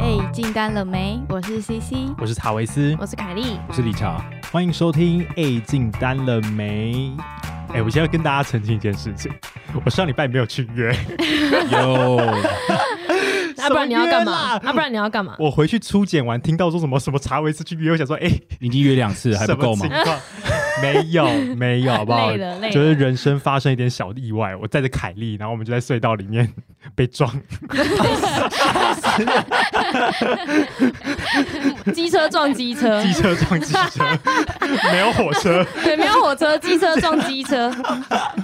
哎进单了没？我是 CC，我是查维斯，我是凯莉。我是理查，欢迎收听《A 进单了没》。哎，我现在要跟大家澄清一件事情，我上礼拜没有去 约，有啊那不然你要干嘛什么？约啦那不然你要干嘛？我回去初检完，听到说什么什么查维斯去约，我想说，哎，你已经约两次还不够吗什？么情况？ 没有，没有，好不好累？了，累就是了。人生发生一点小意外，我载着凯莉，然后我们就在隧道里面被 撞，机车撞机车，机车撞机车，没有火车，对，没有火车，机车撞机车。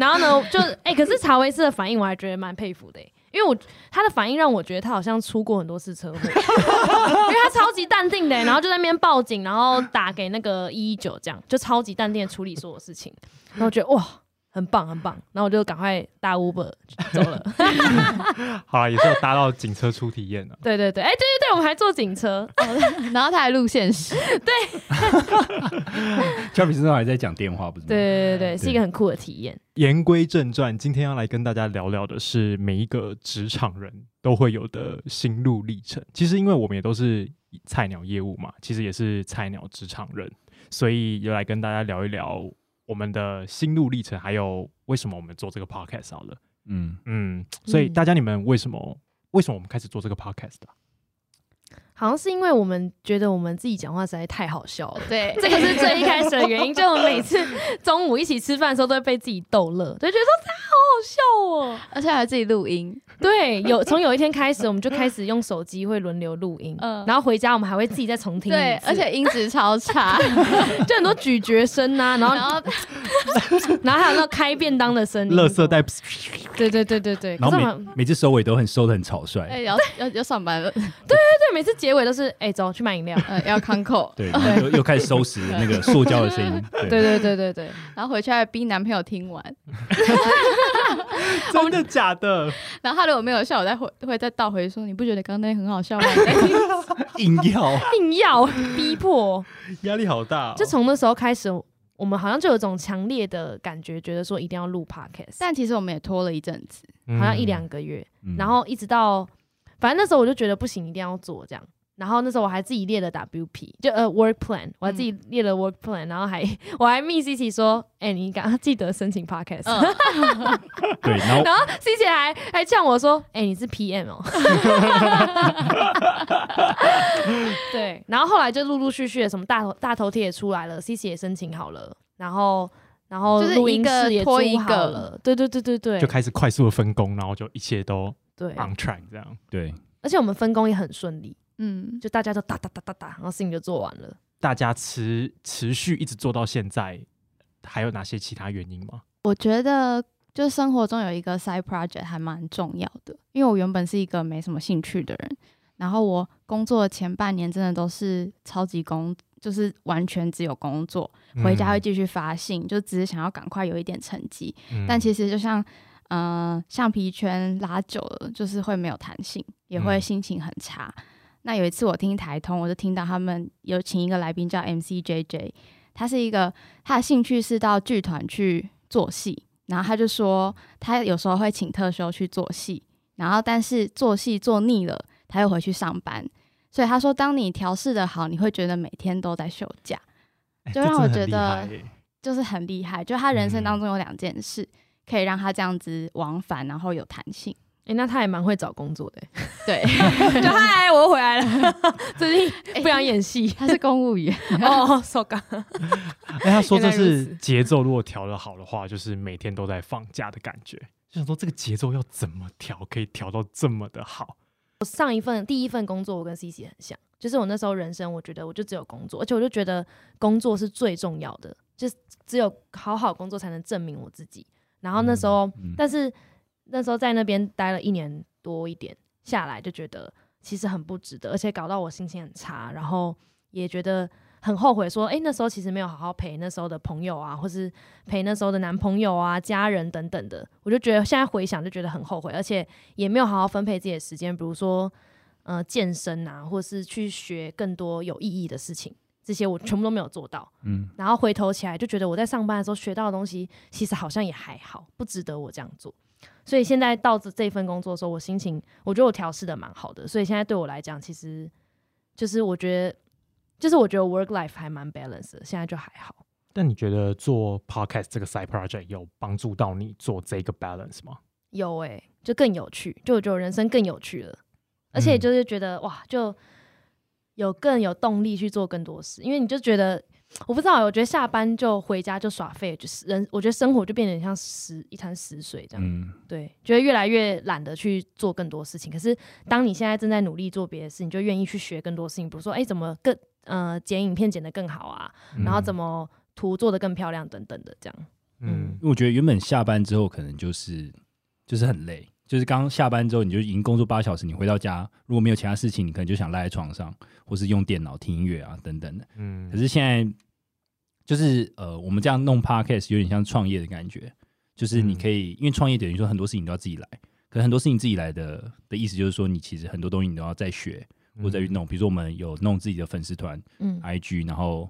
然后呢，就是哎、可是查维斯的反应我还觉得蛮佩服的、因为我他的反应让我觉得他好像出过很多次车祸，因为他超级淡定的、然后就在那边报警，然后打给那个一一九，这样就超级淡定的处理所有事情。然后我觉得哇，很棒很棒，然后我就赶快搭 Uber 走了。好啊了，也是有搭到警车初体验了。对对对，哎、对对对，我们还坐警车， 然后他还录现实，俏皮身上还在讲电话，不是吗？对对对对，是一个很酷的体验。言归正传，今天要来跟大家聊聊的是每一个职场人都会有的心路历程。其实，因为我们也都是菜鸟业务嘛，其实也是菜鸟职场人，所以也来跟大家聊一聊我们的心路历程，还有为什么我们做这个 podcast 好了。嗯，嗯，所以嗯大家你们为什么、为什么我们开始做这个 podcast 啊的、好像是因为我们觉得我们自己讲话实在太好笑了。 对，这个是最一开始的原因，就我每次中午一起吃饭的时候都会被自己逗乐，就觉得说好好笑哦。而且还自己录音，对，有从有一天开始，我们就开始用手机会轮流录音，嗯然后回家我们还会自己再重听一次，对，而且音质超差，就很多咀嚼声呐、 然然后后然后还有那个开便当的声音，垃圾袋， 对对对对对，可然是后我们每每次收尾都很收的很草哎率，要要要上班了，对每次结尾都是哎、走去买饮料，呃要康口，对，然后又又开始收拾那个塑胶的声 音，对对，对对对对，然后回去还逼男朋友听完，真的假的？然后他如果没有笑，我再会会再倒回说你不觉得刚刚那很好笑吗？你再听硬要 硬要逼迫。压力好大、哦。 就从那时候开始，我们好像就有一种强烈的感觉，觉得说一定要录 podcast，但其实我们也拖了一阵子，好像一两个月，嗯然后一直到，反正那时候我就觉得不行，一定要做这样。然后那时候我还自己列了 WP，就呃 work plan，我还自己嗯列了 work plan，、然后还我还密 C C 说，哎、你赶快记得申请 podcast，、嗯，对，然后 然后 C C 还还呛我说，哎、你是 PM 哦，对，然后后来就陆陆续续的什么大头大头贴也出来了，C C 也申请好了，然后然后就是录一音个室也拖一租好个了，对对对对对就，开始快速的分工，然后就一切都对， on track 这样。对，而且我们分工也很顺利，嗯，就大家都哒哒哒哒哒，然后事情就做完了。大家持持续一直做到现在，还有哪些其他原因吗？我觉得就生活中有一个 side project 还蛮重要的，因为我原本是一个没什么兴趣的人，然后我工作的前半年真的都是超级工，就是完全只有工作，嗯回家会继续发信，就只是想要赶快有一点成绩，嗯，但其实实就像。嗯、橡皮圈拉久了，就是会没有弹性，也会嗯心情很差。那有一次我听台通，我就听到他们有请一个来宾叫 MCJJ，他是一个他的兴趣是到剧团去做戏，然后他就说他有时候会请特休去做戏，然后但是做戏做腻了，他又回去上班。所以他说，当你调试的好，你会觉得每天都在休假，哎就让我觉得就是很厉害。就他人生当中有两件事、可以让他这样子往返，然后有弹性。哎、那他也蛮会找工作的、对， 就嗨，我又回来了， 最哎近不想演戏。 他是公务员， 哦，so g 哎，他说这原来如是此节奏，如果调的好的话，就是每天都在放假的感觉。就想说这个节奏要怎么调，可以调到这么的好？我上一份第一份工作，我跟 CC 很像，就是我那时候人生，我觉得我就只有工作，而且我就觉得工作是最重要的，就是只有好好工作才能证明我自己。然后那时候，嗯但是那时候在那边待了一年多一点，下来就觉得其实很不值得，而且搞到我心情很差，然后也觉得很后悔说，诶，哎那时候其实没有好好陪那时候的朋友啊，或是陪那时候的男朋友啊、家人等等的，我就觉得现在回想就觉得很后悔，而且也没有好好分配自己的时间，比如说呃健身啊，或是去学更多有意义的事情，这些我全部都没有做到。嗯，然后回头起来就觉得我在上班的时候学到的东西，其实好像也还好，不值得我这样做。所以现在到这这份工作的时候，我心情我觉得我调试的蛮好的，所以现在对我来讲，其实就是我觉得，就是我觉得 work life 还蛮 balance 的，现在就还好。但你觉得做 podcast 这个 side project 有帮助到你做这个 balance 吗？有哎、就更有趣，就我觉得我人生更有趣了，而且嗯就是觉得、哇，就有更有动力去做更多事，因为你就觉得我不知道，我觉得下班就回家就耍废，就是人，我觉得生活就变得很像死一潭死水这样，嗯，对，就会越来越懒得去做更多事情。可是当你现在正在努力做别的事，你就愿意去学更多事情，比如说哎、怎么更呃剪影片剪得更好啊，然嗯后怎么？么图做得更漂亮等等的这样，嗯因为我觉得原本下班之后可能就是就是很累，就是刚下班之后你就已经工作八小时，你回到家如果没有其他事情，你可能就想赖在床上，或是用电脑听音乐啊等等的。嗯，可是现在就是呃，我们这样弄 podcast 有点像创业的感觉，就是你嗯可以、因为创业等于说很多事情你都要自己来，可是很多事情自己来的的意思就是说你其实很多东西你都要再学嗯或者再去弄，比如说我们有弄自己的粉丝团，嗯 IG，然后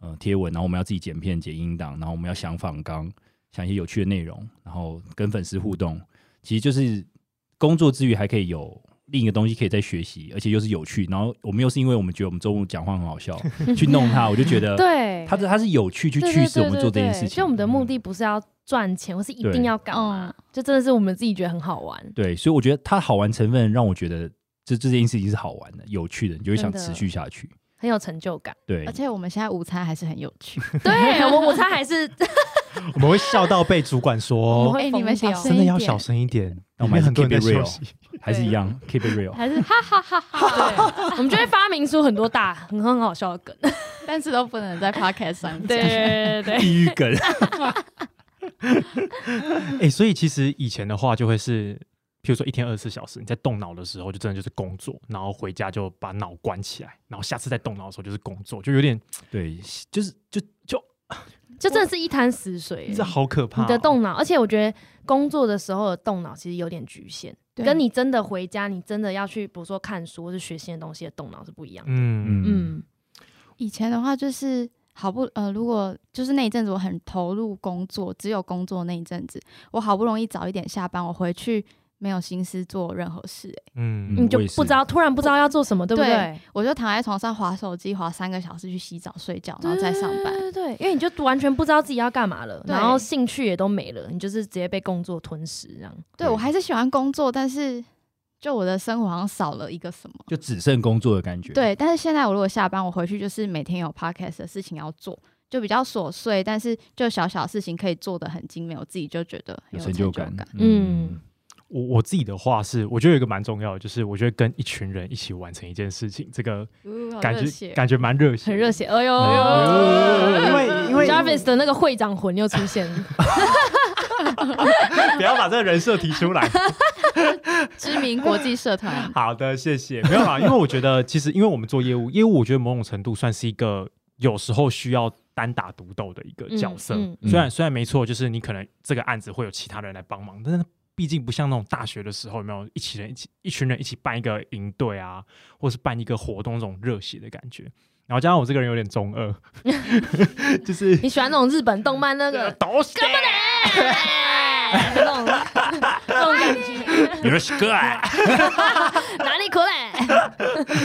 呃贴文，然后我们要自己剪片、剪音档，然后我们要想访纲，想一些有趣的内容，然后跟粉丝互动，其实就是工作之余还可以有另一个东西可以再学习，而且又是有趣。然后我们又是因为我们觉得我们周末讲话很好 笑，去弄它，我就觉得对，呃它这它是有趣去对驱对使我们对做这对件对事就我情。嗯们的目的不是要赚钱，或是一定对要干嘛，就真的是我们自己觉得很好玩。对，所以我觉得它好玩成分让我觉得这这件事情是好玩的、有趣的，你就会真想的持续下去。很有 成就感，对而，且我们现在午餐还是很有趣。对我我猜还是 我们会笑到被主管我们说，会哎你们疯小掉声真的要一点小声一点，那我里面们还是很多人在 keep it 休 real 息。还是一样，keep it real。还是哈哈哈哈，对，我们就会发明出很多大很很好笑的 梗，但是都不能 在 podcast 上讲。对对 对，地狱 梗，哎、所以其实以前的话就会是，譬如说一天二十四小时，你在动脑的时候就真的就是工作，然后回家就把脑关起来，然后下次再动脑的时候就是工作，就有点对，就是就就真的是一滩死水。这好可怕、哦你的，动脑，而且我觉得工作的时候的动脑其实有点局限，对跟你真的回家，你真的要去，比如说看书或是学新的东西的动脑是不一样的。嗯，嗯，以前的话就是好不呃，如果就是那一阵子我很投入工作，只有工作那一阵子，我好不容易早一点下班，我回去没有心思做任何事、欸，嗯嗯你就我也是不知道突然不知道要做什么，对不对对？我就躺在床上划手机，划三个小时去洗澡睡觉，然后再上班。对对对，因为你就完全不知道自己要干嘛了，对然后兴趣也都没了，你就是直接被工作吞噬这样。对我还是喜欢工作，但是就我的生活好像少了一个什么。就只剩工作的感觉。，对，但是现在我如果下班，我回去就是每天有 podcast 的事情要做，就比较琐碎，但是就小小事情可以做的很精美，我自己就觉得很有有成就就 感。嗯，我我自己的话是，我觉得有一个蛮重要的，就是我觉得跟一群人一起完成一件事情，这个感觉感觉蛮热血，哦很热。血，哎呦，因为因为 Jarvis 的那个会长魂又出现了，不要把这个人设提出来。，知名国际社团 好的，谢谢。没有啦，因为我觉得其实因为我们做业务，业务我觉得某种程度算是一个有时候需要单打独斗的一个角色。嗯嗯虽然虽然没错，就是你可能这个案子会有其他人来帮忙，但是毕竟不像那种大学的时候，有没有一起人一起一群人一起办一个营队啊，或是办一个活动这种热血的感觉。然后加上我这个人有点中 二，就是呃你喜欢那种日本动漫那个都是 那种那种感觉，比如说啊，哪里可嘞？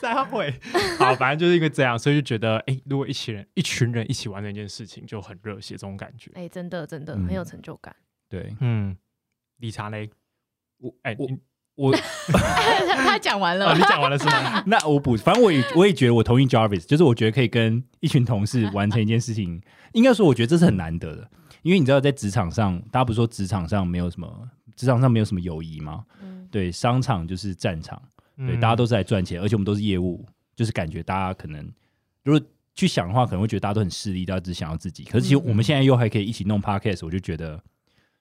三会。 好，反正就是因为这样，所以就觉得，哎、如果一起人一群人一起完成一件事情，就很热血这种感觉。哎，真的真的嗯很有成就感，对嗯，理查嘞，我哎、我你我他讲完啊，了你，讲完了是吗？ 那我补，反正我也我也觉得我同意 Jarvis，就是我觉得可以跟一群同事完成一件事情，应该说我觉得这是很难得的，因为你知道在职场上，大家不是说职场上没有什么，职场上没有什么友谊吗？嗯对，商场就是战场。对，嗯大家都是来赚钱，而且我们都是业务，就是感觉大家可能如果去想的话，可能会觉得大家都很势利，大家只想要自己。可是其实我们现在又还可以一起弄 podcast，我就觉得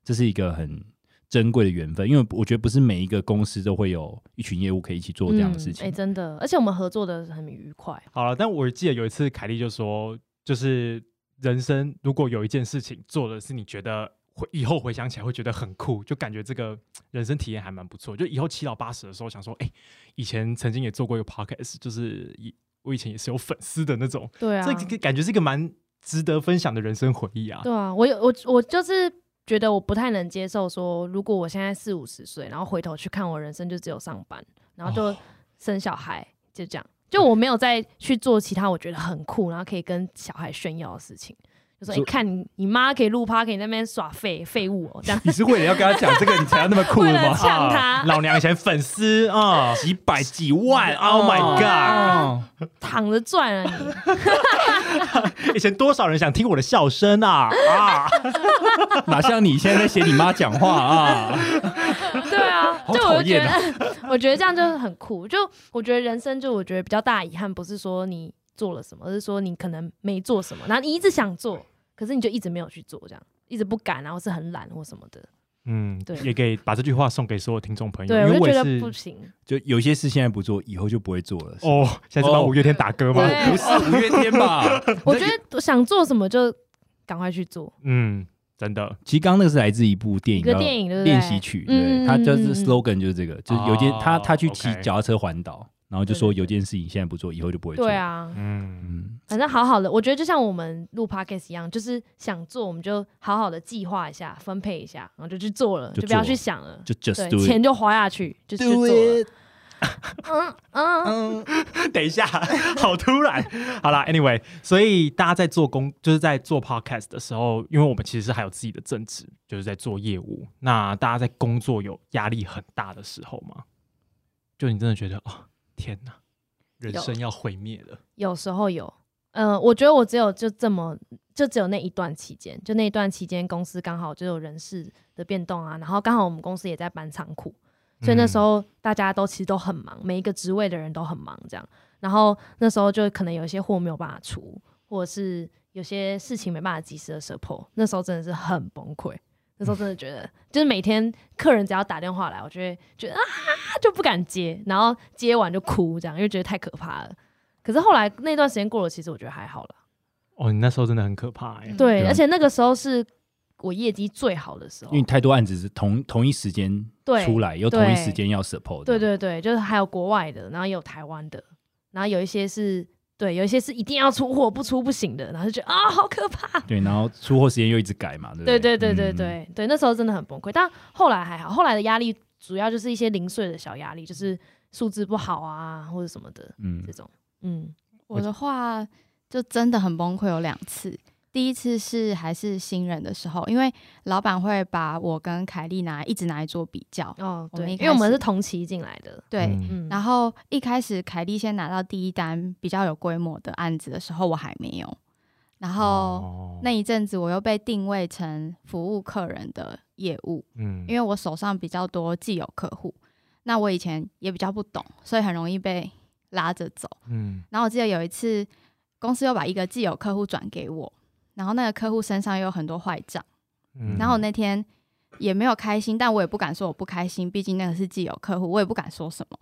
这是一个很珍贵的缘分，因为我觉得不是每一个公司都会有一群业务可以一起做这样的事嗯哎，情。真的，而且我们合作的很愉快，好了。但我记得有一次，凯莉就说，就是人生如果有一件事情做的是你觉得回以后回想起来会觉得很酷，就感觉这个人生体验还蛮不错。就以后七老八十的时候，想说，哎、以前曾经也做过一个 podcast，就是以我以前也是有粉丝的那种，对啊这，个感觉是一个蛮值得分享的人生回忆啊。对啊，我有我我就是。觉得我不太能接受说如果我现在四五十岁，然后回头去看我人生就只有上班，然后就哦生小孩，就这样。就我没有再去做其他我觉得很酷，然后可以跟小孩炫耀的事情。就所说，你、看你你妈可以录趴，可以在那边耍废废物 哦，这样你是为了要跟他讲这个，你 才要那么酷为了吗？呛啊他，老娘以前粉丝 啊，几百几万，Oh my 哦 god！ god！躺着赚啊你！以前多少人想听我的笑声啊 啊！哪像你现在在写你妈讲话啊？ 对啊，好就讨我觉厌得，我觉得这样就是很酷。就我觉得人生，就我觉得比较大的遗憾，不是说你做了什么，而是说你可能没做什么，然后你一直想做，可是你就一直没有去做，这样一直不敢，然后是很懒或什么的。嗯，对也给把这句话送给所有听众朋友，对，因为就觉也得不是 行。就有些事现在不做，以后就不会做了。是吗，哦，现在是帮五月天打歌吗？对不是五月天吧？ 我觉得想做什么就赶快去做。嗯，真的，其实刚刚那个是来自一部电一影，个叫电影对不对？练习曲，对，嗯他就嗯嗯是嗯 slogan 就是这个，就是有件哦他他去骑 OK 脚踏车环岛，然后就对说对对有件事情现在不做，以后就不会做。对，啊，嗯，嗯，反正好好的，我觉得就像我们录 podcast 一样，就是想做我们就好好的计划一下，分配一下，然后就去做了，就就不要做去想了。就 just 对， do it，钱就花下去，就就做 do 了。 it。嗯嗯，嗯，等一下，好突然。好啦 a n y w a y 所以大家在做工，就是在做 podcast 的时候，因为我们其实是还有自己的正职，就是在做业务。那大家在工作有压力很大的时候吗？就你真的觉得，哦，天哪，人有生要毁灭了。有时候有。嗯、我觉得我只有就这么，就只有那一段期间，就那一段期间，公司刚好就有人事的变动啊，然后刚好我们公司也在搬仓库，所以那时候大家都其实都很忙，每一个职位的人都很忙，这样。然后那时候就可能有一些货没有办法出，或者是有些事情没办法及时的 support，那时候真的是很崩溃。那时候真的觉得，就是每天客人只要打电话来，我就会觉得啊，就不敢接，然后接完就哭，这样，因为觉得太可怕了。可是后来那段时间过了，其实我觉得还好了。哦，你那时候真的很可怕嗯哎、对，对啊而且那个时候是我业绩最好的时候 因为，太多案子是同同一时间对出来，又对同一时间要 support。对，对对，就是还有国外的，然后也有台湾的，然后有一些是对，有一些是一定要出货，不出不行的，然后就觉得啊，好可怕。对，然后出货时间又一直改嘛，对不对对对对对嗯对对，那时候真的很崩溃，但后来还好，后来的压力主要就是一些零碎的小压力，就是数字不好啊，或者什么的嗯这，种。嗯，我的话就真的很崩溃，有两次。第一次是还是新人的时候，因为老板会把我跟凯莉拿来一直拿来做比较，哦，我们对，一因为我开们始是同期进来的，对。嗯嗯，然后一开始凯莉先拿到第一单比较有规模的案子的时候，我还没有。然后哦那一阵子我又被定位成服务客人的业务，嗯因为我手上比较多既有客户，那我以前也比较不懂，所以很容易被拉着走。嗯然后我记得有一次，公司又把一个既有客户转给我，然后那个客户身上又有很多坏账，嗯然后我那天也没有开心，但我也不敢说我不开心，毕竟那个是既有客户，我也不敢说什么。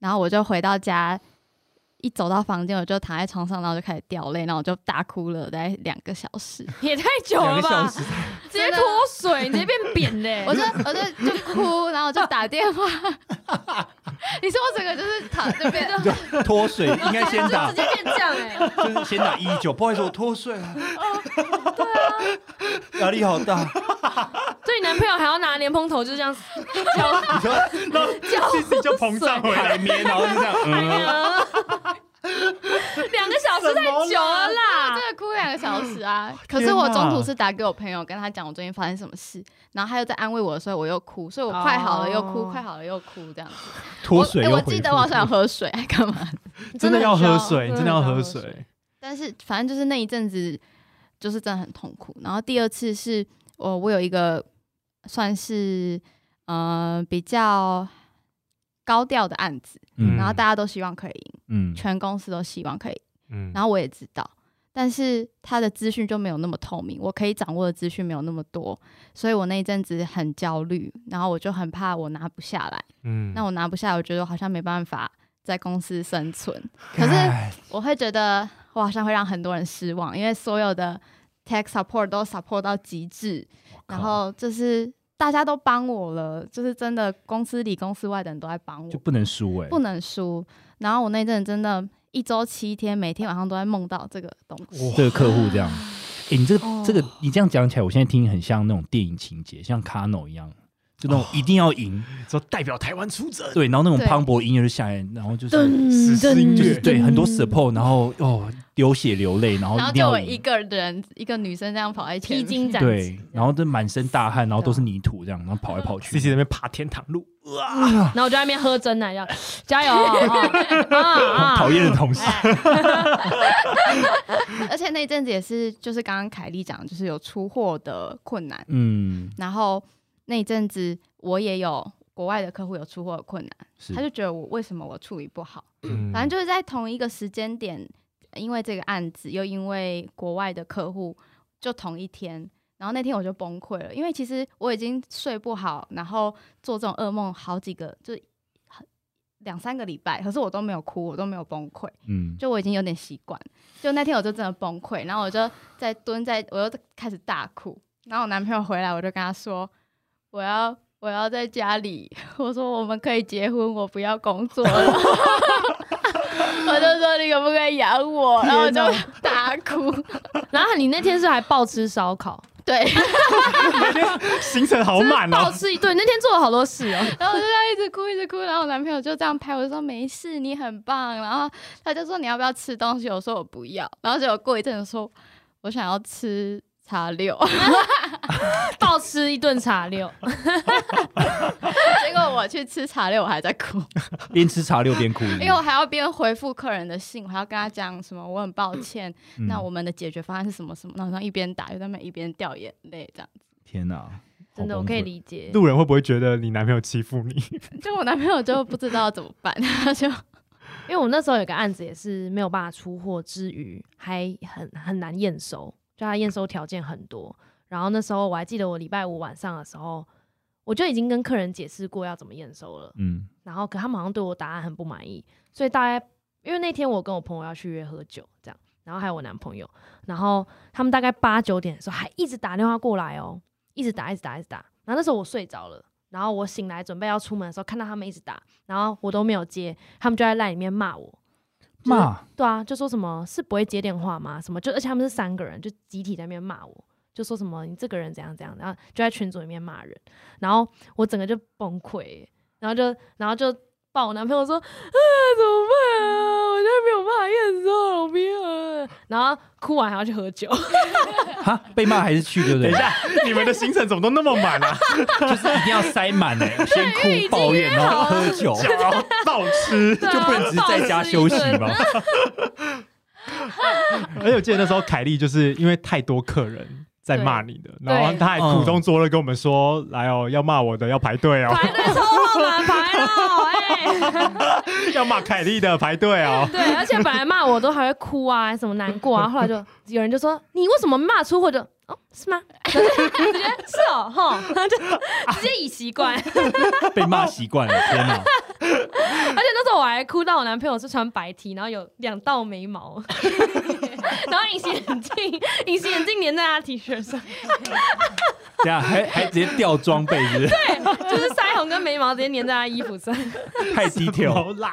然后我就回到家，一走到房间我就躺在床上，然后就开始掉泪，然后我就大哭了，大概两个小时，也太久了吧，直接真的脱水，你直接变扁 的、我就我就就哭，然后我就打电话。你说我整个就是躺这边 就脱水应该先 打直，接变这样哎、就是先打一一九，不好意思，我脱水了。哦对啊，压力好大。对你男朋友还要拿莲蓬头就这样浇，你说然后心情就膨胀回来海，绵，然后就这样，嗯，两哎个小时太久了啦。真的哭两个小时啊！可天是我哪中途是打给我朋友，跟他讲我最近发生什么事，然后他又在安慰我的时候，我又哭，所以我快好了又哭，哦快好了又哭这样子。脱水我又哎回我复记得我好 想喝水，还干嘛？真的要很需喝水，真真的的要很需喝水。水。但是反正就是那一阵子，就是真的很痛苦。然后第二次是我我有一个算是呃比较高调的案子，嗯然后大家都希望可以赢，嗯全公司都希望可以赢嗯然后我也知道，但是他的资讯就没有那么透明，我可以掌握的资讯没有那么多，所以我那一阵子很焦虑，然后我就很怕我拿不下来。嗯那我拿不下来，我觉得我好像没办法在公司生存，嗯可是干我会觉得我好像会让很多人失望，因为所有的 tech support 都 support 到极致，然后就是大家都帮我了，就是真的公司里公司外的人都在帮我就，不能输哎，不能输。然后我那阵子真的，一周七天，每天晚上都在梦到这个东西。这个客户这样。哎，你这哦这个你这样讲起来，我现在听很像那种电影情节，像卡农一样，就那种一定要赢，说代表台湾出征，对，然后那种对磅礴音乐就下来，然后就是史诗音乐噔，就是对很多 support support，然后哦流血流泪，然后然后定就要有赢一个人一个女生这样跑在前披面荆斩对棘，，然后这满身大汗，然后都是泥土这样，然后跑来跑去，C C 那边爬天堂路， 然后我就在那边喝真奶，要加油 哦啊啊！讨厌的同事，而且那一阵子也是，就是刚刚凯莉讲，就是有出货的困难，嗯，然后那一阵子我也有国外的客户有出货的困难，是他就觉得我为什么我处理不好，嗯反正就是在同一个时间点，因为这个案子又因为国外的客户就同一天。然后那天我就崩溃了，因为其实我已经睡不好，然后做这种噩梦好几个，就是两三个礼拜，可是我都没有哭，我都没有崩溃。嗯，就我已经有点习惯。就那天我就真的崩溃，然后我就在蹲在，我又开始大哭。然后我男朋友回来，我就跟他说：“我要 我要在家里，我说我们可以结婚，我不要工作了。” 我就说你可不可以养我？然后我就大哭。然后你那天是还暴吃烧 烤，对，行程好满暴哦，吃一顿，那天做了好 多事哦。然后我就这样一直哭，一直哭。然后我男朋友就这样拍我，就说没事，你很棒。然后他就说你要不要吃东西？我说我不要。然后结果过一阵子说，我想要吃茶六。暴吃一顿茶六， 结果我去吃茶六，我还在哭， 边吃茶六边 哭，因哎因为我还要边回复客人的信，我还要跟他讲什么，我很抱歉，嗯那我们的解决方案是什么什么，然后一边打，又在那边一边掉眼泪，这样。天哪，真的好崩我可以溃理解。路人会不会觉得你男朋友欺负你？就我男朋友就不知道怎么办， 他就因为我那时候有个案子也是没有办法出货之余，还很很难验收，就它验收条件很多。然后那时候我还记得我礼拜五晚上的时候，我就已经跟客人解释过要怎么验收了，嗯然后可他们好像对我答案很不满意，所以大概因为那天我跟我朋友要去约喝酒，这样，然后还有我男朋友，然后他们大概八九点的时候还一直打电话过来哦，一直打，一直打，一直打。然后那时候我睡着了，然后我醒来准备要出门的时候，看到他们一直打，然后我都没有接，他们就在赖里面骂我，就是骂对啊，就说什么是不会接电话吗？什么就而且他们是三个人，就集体在那边骂我，就说什么你这个人怎样怎样，然后就在群组里面骂人，然后我整个就崩溃欸，然后就然后就抱我男朋友说啊怎么办啊，我现在没有办法验收了，我不要了，啊然后哭完还要去喝酒，哈，被骂还是去，对等不对一？下，你们的行程怎么都那么满啊？ 就是一定要塞满哎， 先哭抱怨，然后喝酒，脚倒吃，对啊就不能只是在家休息吗？而且我记得那时候凯莉就是因为太多客人在骂你的，对然后她还苦中作乐跟我们说：“来哦，要骂我的要排队哦，排队超号码排了，哎、 要骂凯莉的排队 哦。 对，而且本来骂我都还会哭啊，什么难过啊，后来就有人就说你为什么骂出货就哦是吗？ 直接是哦吼，然 后就直接以习惯。 而被骂习惯了，天 哪！且那时候我还哭到我男朋友是穿白 T，然后有两道眉毛，然后隐形眼镜，隐形眼镜粘在他 T 恤上，这样还还直接掉装备， 是不是就是腮红跟眉毛直接粘在他衣服上，太 detail。好辣！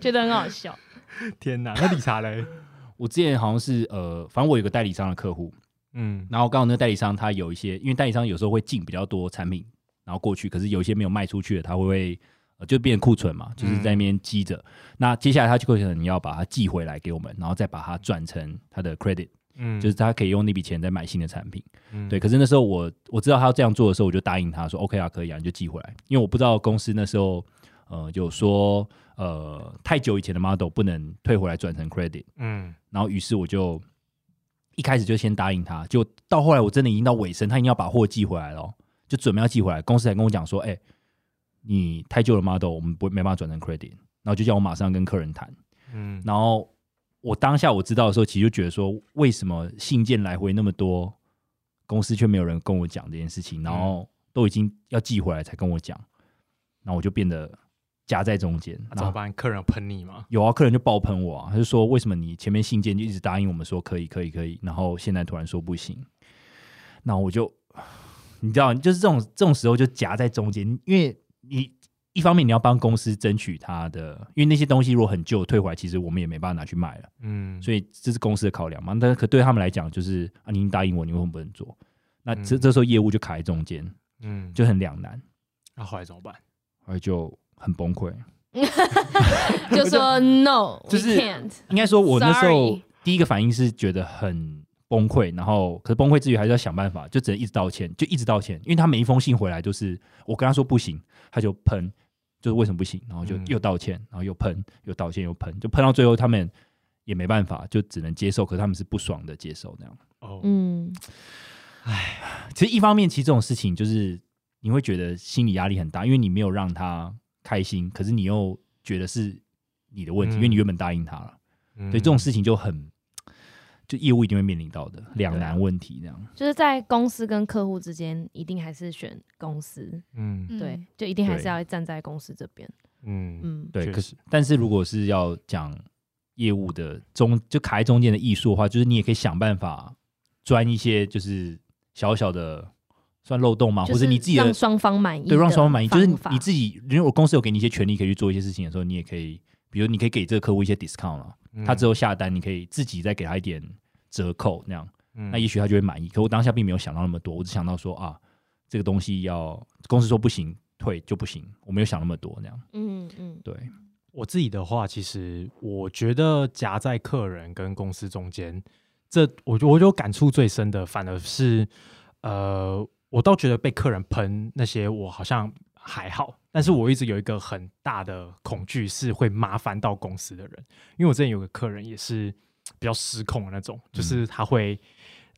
觉得很好笑。天哪，那理查嘞？我之前好像是呃，反正我有个代理商的客户，嗯，然后刚好那个代理商他有一些，因为代理商有时候会进比较多产品，然后过去，可是有一些没有卖出去的，他会会、呃就变库存嗯嘛，就是在那边积着。那接下来他就会可能要把它寄回来给我们，然后再把它转成他的 credit，、嗯就是他可以用那笔钱再买新的产品。嗯对，可是那时候我我知道他要这样做的时候，我就答应他说 OK 啊，可以啊，你就寄回来，因为我不知道公司那时候呃有说呃太久以前的 model 不能退回来转成 credit。嗯然后于是我就一开始就先答应他，就到后来我真的已经到尾声，他已经要把货寄回来了哦，就准备要寄回来，公司才跟我讲说，哎、你太旧了 model，我们不没办法转成 credit，然后就叫我马上跟客人谈。嗯然后我当下我知道的时候，其实就觉得说，为什么信件来回那么多，公司却没有人跟我讲这件事情，然嗯后都已经要寄回来才跟我讲，然后我就变得夹在中间，那然啊怎后么办？客人有喷你吗？有啊，客人就爆喷我啊，他就说为什么你前面信件就一直答应我们说可以可以可以，然后现在突然说不行，那我就你知道，就是这种这种时候就夹在中间，因为你一方面你要帮公司争取他的，因为那些东西如果很旧退回来，其实我们也没办法拿去卖了，嗯，所以这是公司的考量嘛。但可对他们来讲，就是啊，你已经答应我，你为什么不能做？那这嗯这时候业务就卡在中间，嗯，就很两难，那后来怎么办？后来就很崩溃。就说 no，就是 we can't，应该说，我那时候 Sorry 第一个反应是觉得很崩溃，然后可是崩溃之余还是要想办法，就只能一直道歉，就一直道歉，因为他每一封信回来都是我跟他说不行，他就喷，就是为什么不行，然后就嗯又道歉，然后又喷，又道歉又喷，就喷到最后他们也没办法，就只能接受，可是他们是不爽的接受那样。哦，嗯，其实一方面，其实这种事情就是你会觉得心理压力很大，因为你没有让他开心，可是你又觉得是你的问题，嗯因为你原本答应他了。嗯对这种事情就很，就业务一定会面临到的两对啊难问题，这样。就是在公司跟客户之间，一定还是选公司，嗯嗯对，就一定还是对要站在公司这边，嗯，嗯，对，确可实是但是如果是要讲业务的中，就卡在中间的艺术的话，就是你也可以想办法钻一些就是小小的算漏洞嘛，就啊或是者你自己的让双方满意，对让双方满意，就是你自己，己，因为我公司有给你一些权利可以去做一些事情的时候，你也可以，比如你可以给这个客户一些 discount 啊，他之有后下单你可以自己再给他一点折扣那样。那那也许他就会满意。可我当下并没有想到那么多，我只想到说啊，这个东西要公司说不行退就不行，我没有想那么多那样。嗯 嗯，对，我自己的话，其实我觉得夹在客人跟公司中间，这我我就感触最深的，反而是呃，我倒觉得被客人喷那些，我好像还好，但是我一直有一个很大的恐惧是会麻烦到公司的人，因为我之前有个客人也是比较失控的那种，就是他会、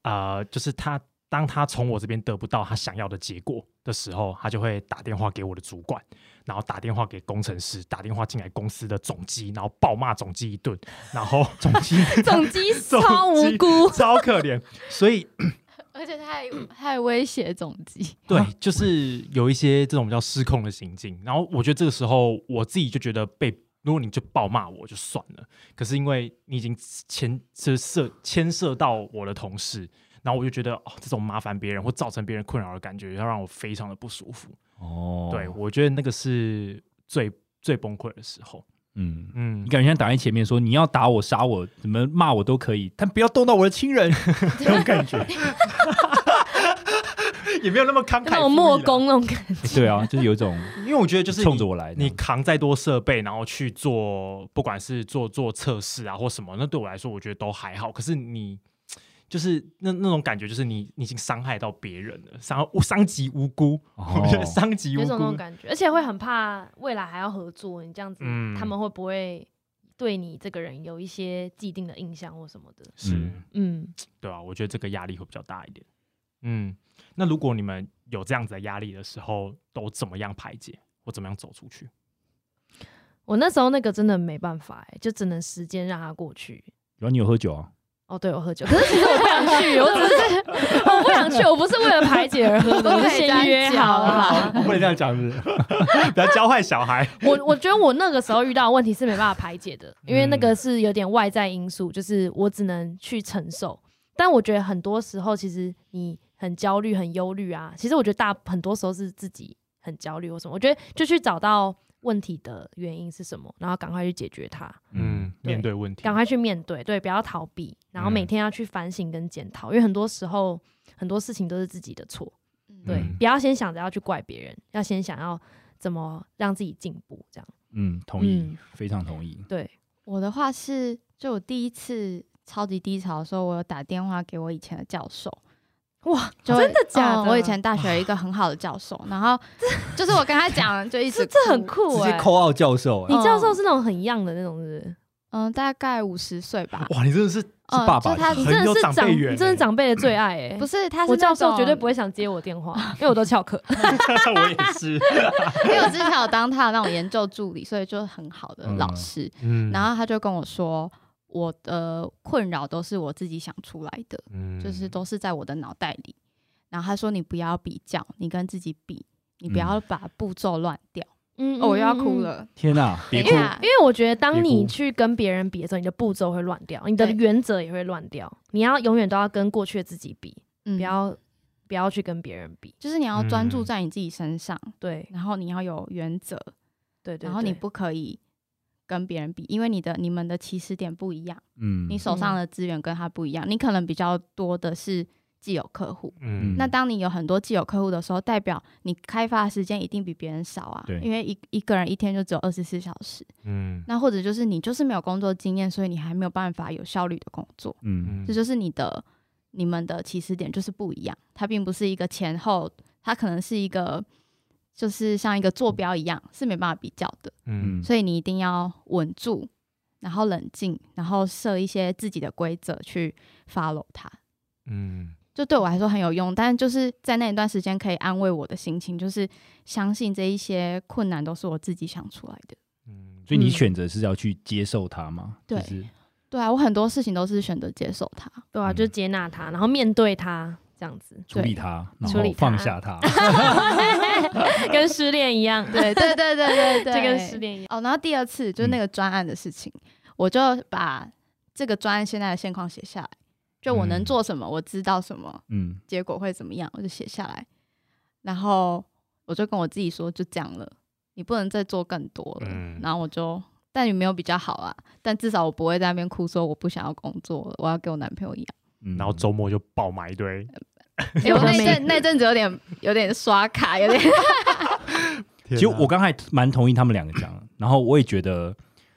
呃，就是他当他从我这边得不到他想要的结果的时候，他就会打电话给我的主管。然后打电话给工程师，打电话进来公司的总机，然后暴骂总机一顿，然后总机总机总超无机，辜 超可怜，所以而且他还他还威胁总 机，对，就是有一些这种比较失控的行径。然后我觉得这个时候我自己就觉得被，如果你就暴骂我就算了，可是因为你已经牵这涉牵涉到我的同事，然后我就觉得哦，这种麻烦别人或造成别人困扰的感觉，要让我非常的不舒服。哦对，我觉得那个是最最崩溃的时候。嗯，嗯你，感觉像打在前面说你要打我、杀我、怎么骂我都可以，但不要动到我的亲人，这种感觉。也没有那么慷慨，那种莫，公那种感觉， 对啊，就是有一种因为我觉得就是冲着我。我来的。你扛再多设备，然后去做，不管是做做测试啊或什么，那对我来说，我觉得都还好。可是你就是那那种感觉，就是你你已经伤害到别人了，伤伤及无 辜，哦我觉得伤及有无一种那种辜。感觉，而且会很怕未来还要合作，你这样子，嗯他们会不会对你这个人有一些既定的印象或什么的？是，嗯嗯，对啊，我觉得这个压力会比较大一点。嗯，那如果你们有这样子的压力的时候，都怎么样排解，或怎么样走出去？我那时候那个真的没办法、欸，就只能时间让它过去。然后你有喝酒 啊？哦，对，我喝酒，可是其实我不想去，我只是 我不想去，我不是为了排解而喝的，我是啊先约好了啦。不能这样讲子。不要 教坏小孩。 我我觉得我那个时候遇到的问题是没办法排解的，因为那个是有点外在因素，就是我只能去承受。但我觉得很多时候，其实你很焦虑、很忧虑啊，其实我觉得大很多时候是自己很焦虑或什么。我觉得就去找到问题的原因是什么，然后赶快去解决它，嗯嗯，，对面对问题，赶快去面对，对，不要逃避，然后每天要去反省跟检讨，因为很多时候很多事情都是自己的错。对，嗯不要先想着要去怪别人，要先想要怎么让自己进步，这样。嗯，同意嗯，非常同意。对，我的话是，就我第一次超级低潮的时候，我有打电话给我以前的教授。哇，就哦真的假的？嗯我以前大学有一个很好的教授，然后就是我跟他讲，就一直这这很哭酷哎、奥教授啊你欸教授是那种很样的那种，是不是？嗯，大概五十岁吧。哇，你真的是 嗯，爸爸就是他很你真的有是长辈长，缘你真的欸是长辈的最爱哎、不是，他是我教授绝对不会，会想接我 电话，因为我都翘课。我也是。 因为我之前有当他的那种研究助理，所以就很好的老师。嗯然后他就跟我说，我的困扰都是我自己想出来的，嗯就是都是在我的脑袋里。然后他说，你不要比较，你跟自己比，你不要把步骤乱掉。嗯哦，我又要哭。了，天哪，别等一哭！下因，为我觉得，当别你哭去跟别人比的时候，你的步骤会乱掉，你的对原则也会乱掉。你要永远都要跟过去的自己比，嗯不要不要去跟别人比。就是你要专注嗯在你自己身上，对然后你要有原则，对对。然后你对不可以跟别人比，因为你的你们的起始点不一样，嗯，你手上的资源跟他不一样，你可能比较多的是既有客户。嗯，那当你有很多既有客户的时候，代表你开发的时间一定比别人少啊对，因为一一个人一天就只有二十四小时。嗯那或者就是你就是没有工作经验，所以你还没有办法有效率的工作，嗯，这就是你的你们的起始点就是不一样，它并不是一个前后，它可能是一个就是像一个坐标一样是没办法比较的，嗯嗯所以你一定要稳住，然后冷静，然后设一些自己的规则去 follow 它。嗯就对我来说很有用，但就是在那一段时间可以安慰我的心情，就是相信这一些困难都是我自己想出来的。嗯，所以你选择是要去接受它吗？对就是对啊，我很多事情都是选择接受它。对啊，就接纳它，然后面对它，这样子处理它，然处后理它放下 它。跟失恋一样， 对对对对对 这对，跟失恋一样。哦，然后第二次嗯就是那个专案的事情，我就把这个专案现在的现况写下来，就我能嗯做什么，我知道什么，嗯结果会怎么样，我就写下来，然后我就跟我自己说，就这样了，你不能再做更多了。嗯然后我就，但也没有比较好啊，但至少我不会在那边哭说我不想要工作了，我要跟我男朋 友一样。嗯然后周末就爆买一堆，哎、我那没阵那阵子有点有点刷卡， 有点天其实我哪刚才蛮同意他们两个讲的，然后我也觉得，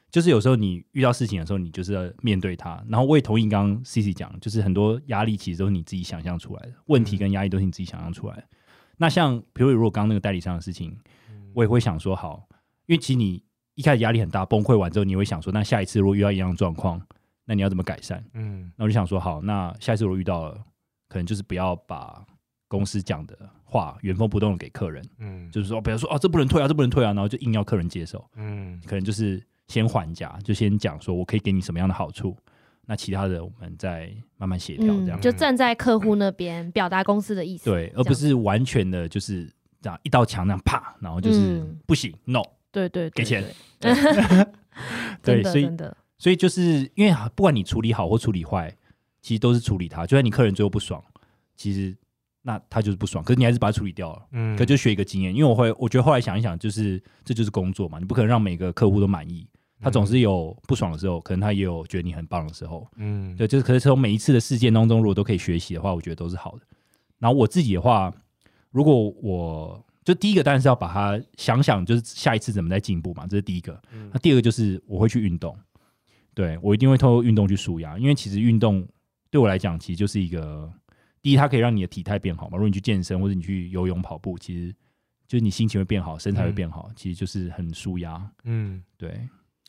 就是有时候你遇到事情的时候，你就是要面对它。然后我也同意刚刚 C C 讲的，就是很多压力其实都是你自己想象出来嗯的，问题跟压力都是你自己想象出来的。那像比如如果刚刚那个代理商的事情，我也会想说好，因为其实你一开始压力很大，崩溃完之后，你会想说，那下一次如果遇到一样的状况，那你要怎么改善？嗯那我就想说，好，那下一次如果遇到了，可能就是不要把公司讲的话原封不动的给客人。嗯就是说，比如说哦，这不能退啊，这不能退啊，然后就硬要客人接受，嗯可能就是先还价，就先讲说我可以给你什么样的好处，那其他的我们再慢慢协调这样。就站在客户那边表达公司的意思，对，而嗯这样不是完全的就是这样一道墙那样啪，然后就是、嗯不行，no，对对给对，钱。 对，真的所以哦真的，所以就是因为不管你处理好或处理坏，其实都是处理它。就算你客人最后不爽，其实那他就是不爽，可是你还是把它处理掉了。嗯可就学一个经验，因为我会，我觉得后来想一想，就是这就是工作嘛，你不可能让每个客户都满意，他总是有不爽的时候，可能他也有觉得你很棒的时候，嗯对，就是可是从每一次的事件当中，如果都可以学习的话，我觉得都是好的。然后我自己的话，如果我就第一个当然是要把它想想，就是下一次怎么再进步嘛，这是第一个。嗯那第二个就是我会去运动，对我一定会透过运动去舒压，因为其实运动对我来讲，其实就是一个第一，它可以让你的体态变好嘛。如果你去健身或者你去游泳、跑步，其实就是你心情会变好，身材会变好，其实就是很舒压。嗯。对，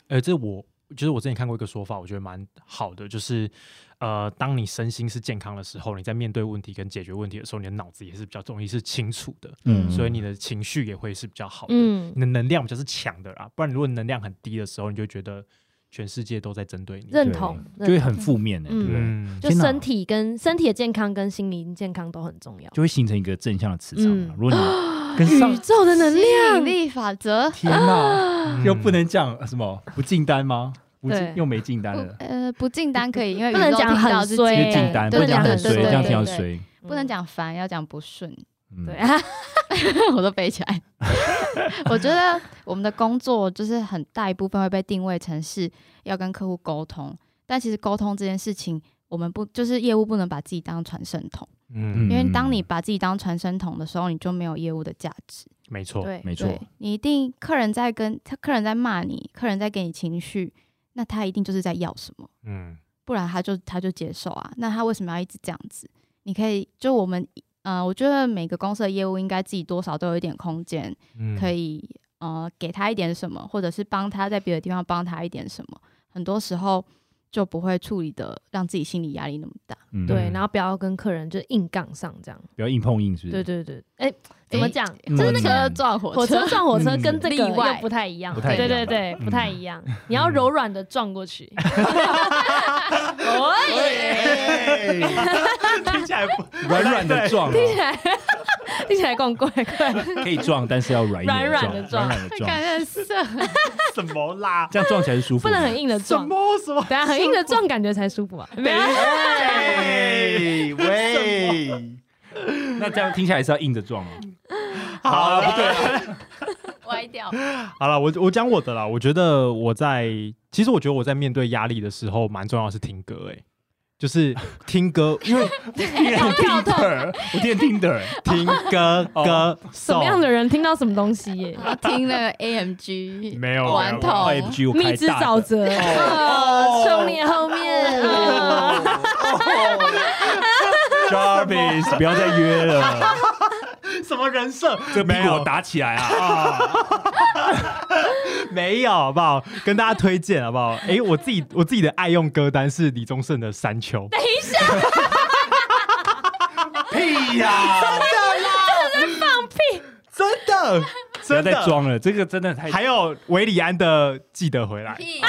呃，这我就是我之前看过一个说法，我觉得蛮好的，就是呃，当你身心是健康的时候，你在面对问题跟解决问题的时候，你的脑子也是比较容易是清楚的，嗯所以你的情绪也会是比较好的，嗯你，的能量比较是强的啦。不然如果你能量很低的时候，你就觉得全世界都在针对你。认同，就会认同很负面的、欸嗯对不对？嗯就天哪身体跟身体的健康跟心灵健康都很重 要。就会形成一个正向的磁场啊、嗯如果 你跟上宇宙的能吸量，引力法则，天哪，啊嗯又不能讲呃什么不进单吗？不对进又没进单不了，呃不进单可以，因为不能宇宙讲听到很是衰因进为进单不对能对讲很对衰，对这样对听到对衰。嗯不能讲烦，要讲不 顺。嗯对，我都背起来。 我觉得我们的工作就是很大一部分会被定位成是要跟客户沟通，但其实沟通这件事情，我们不就是业务不能把自己当传声筒，嗯，因为当你把自己当传声筒的时候，你就没有业务的价值。没错， 对，没错对，你一定客人在跟他客人在骂你，客人在给你情绪，那他一定就是在要什么，嗯不然他就他就接受啊。那他为什么要一直这样子？你可以就我们呃，我觉得每个公司的业务应该自己多少都有一点空间，嗯，可以呃给他一点什么，或者是帮他在别的地方帮他一点什么，很多时候就不会处理的让自己心理压力那么大。嗯对，然后不要跟客人就硬杠上这样。不要硬碰硬，是不对是？对对，哎，怎么讲？嗯就是那个车撞火 火车撞火车嗯跟这个例外又不太一样，不太一对样对对，嗯不太一样。你要柔软的撞过 去。 哎听起来不软软的撞哦，听起来更怪怪 的，可以撞，但是要软一点软软地撞，撞 软软感的撞，觉很色，什么啦，这样撞起来是舒服不的。能很硬的什撞。么什么等下很硬的撞，感觉才舒服啊。没有，喂哎喂，那这样听起来是要硬着 撞哦。好了，不对。歪掉。好了，我我讲我的啦。我觉得我在，其实我觉得我在面对压力的时候，蛮重要的是听歌、欸，哎，就是听歌，因 为你哎有 Tinder，我点 Tinder，听歌歌什什么样的人听到什么东西耶？然后 听那个 AMG，没有顽童哦 AMG 我蜜开汁大的沼泽，哦呃从你后面，呃哦 Jarvis，不要再约 了， 什么人设？这个没屁股有我打起来啊！没有，好不好？跟大家推荐好不好？哎、我自己我自己的爱用歌单是李宗盛的《山丘》。屁呀！真的，不要真再的，装了，这个真的太还有维里安的《记得回来》，屁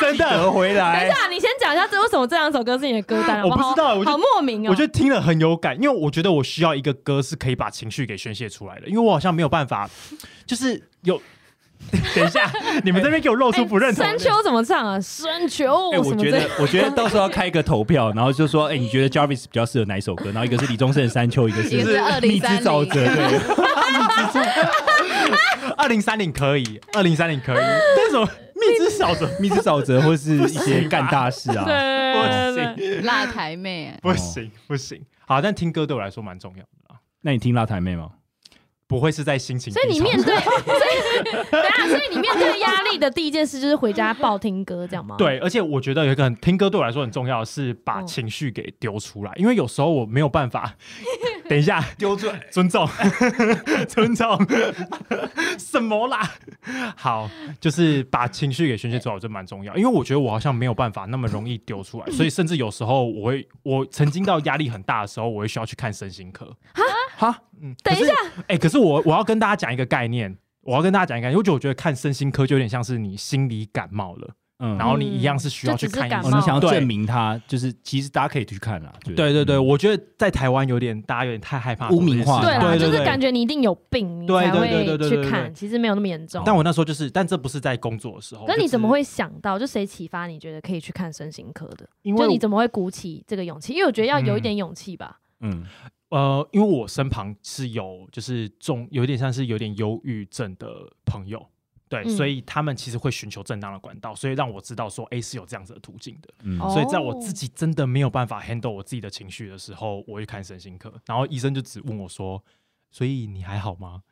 真的，得回等一来。下，你先讲一下这为什么这两首歌是你的歌单好哎我不好知道我就好莫名哦。我觉得听了很有感，因为我觉得我需要一个歌是可以把情绪给宣泄出来的，因为我好像没有办法，就是有。 等一下，你们这边给我露出不认同的山脸。丘哎怎么唱啊？山丘哎，什我么觉这得，我觉得到时候要开一个投票，然后就说，哎，你觉得 Jarvis 比较适合哪一首歌？然后一个是李宗盛的《山丘》，一个也是2030蜜汁沼泽，对，二零三零可以，二零三零 可以，但是我蜜汁小子 蜜汁沼泽或是一些干大事 啊。对对不行，辣台妹，不行，不行。好，但听歌对我来说蛮重要的啦，那你听辣台妹吗？不会是在心情低所潮。以你面对，所以等一下，所以你面对压力的第一件事就是回家暴听歌，这样吗？，对，而且我觉得有一个很听歌对我来说很重要，的是把嗯情绪给丢出来，因为有时候我没有办 法。等一下，丢出来，尊重， 尊重，什么啦？好，就是把情绪给宣泄出来，我觉得蛮重要，因为我觉得我好像没有办法那么容易丢出来，所以甚至有时候我会，我曾经到压力很大的时候，我会需要去看身心科。哈，嗯，啊等一下，哎、可是我我要跟大家讲一个概念。我要跟大家讲一个概念，因为我觉得看身心科就有点像是你心理感冒了，嗯，然后你一样是哦需要去就只是看医感生我冒哦们想要对证明他，就是其实大家可以去看啦。就是对对对，嗯我觉得在台湾有点大家有点太害怕污名化做这件对事啦，对对就是对感觉你一定有病，你对才对对会对对去对看，对其实没有那么严重。但我那时候就是，但这不是在工作的时候。就可是是你怎么？会想到？就谁启发你觉得可以去看身心科的？因就为你怎么会鼓起这个勇气？因为我觉得要有一点勇气吧。嗯，呃，因为我身旁是有就是重有点像是有点忧郁症的朋友，对，嗯所以他们其实会寻求正当的管道，所以让我知道说，哎，是有这样子的途径的。嗯哦所以在我自己真的没有办法 handle 我自己的情绪的时候，我会看身心科，然后医生就只问我说：“所以你还好吗？”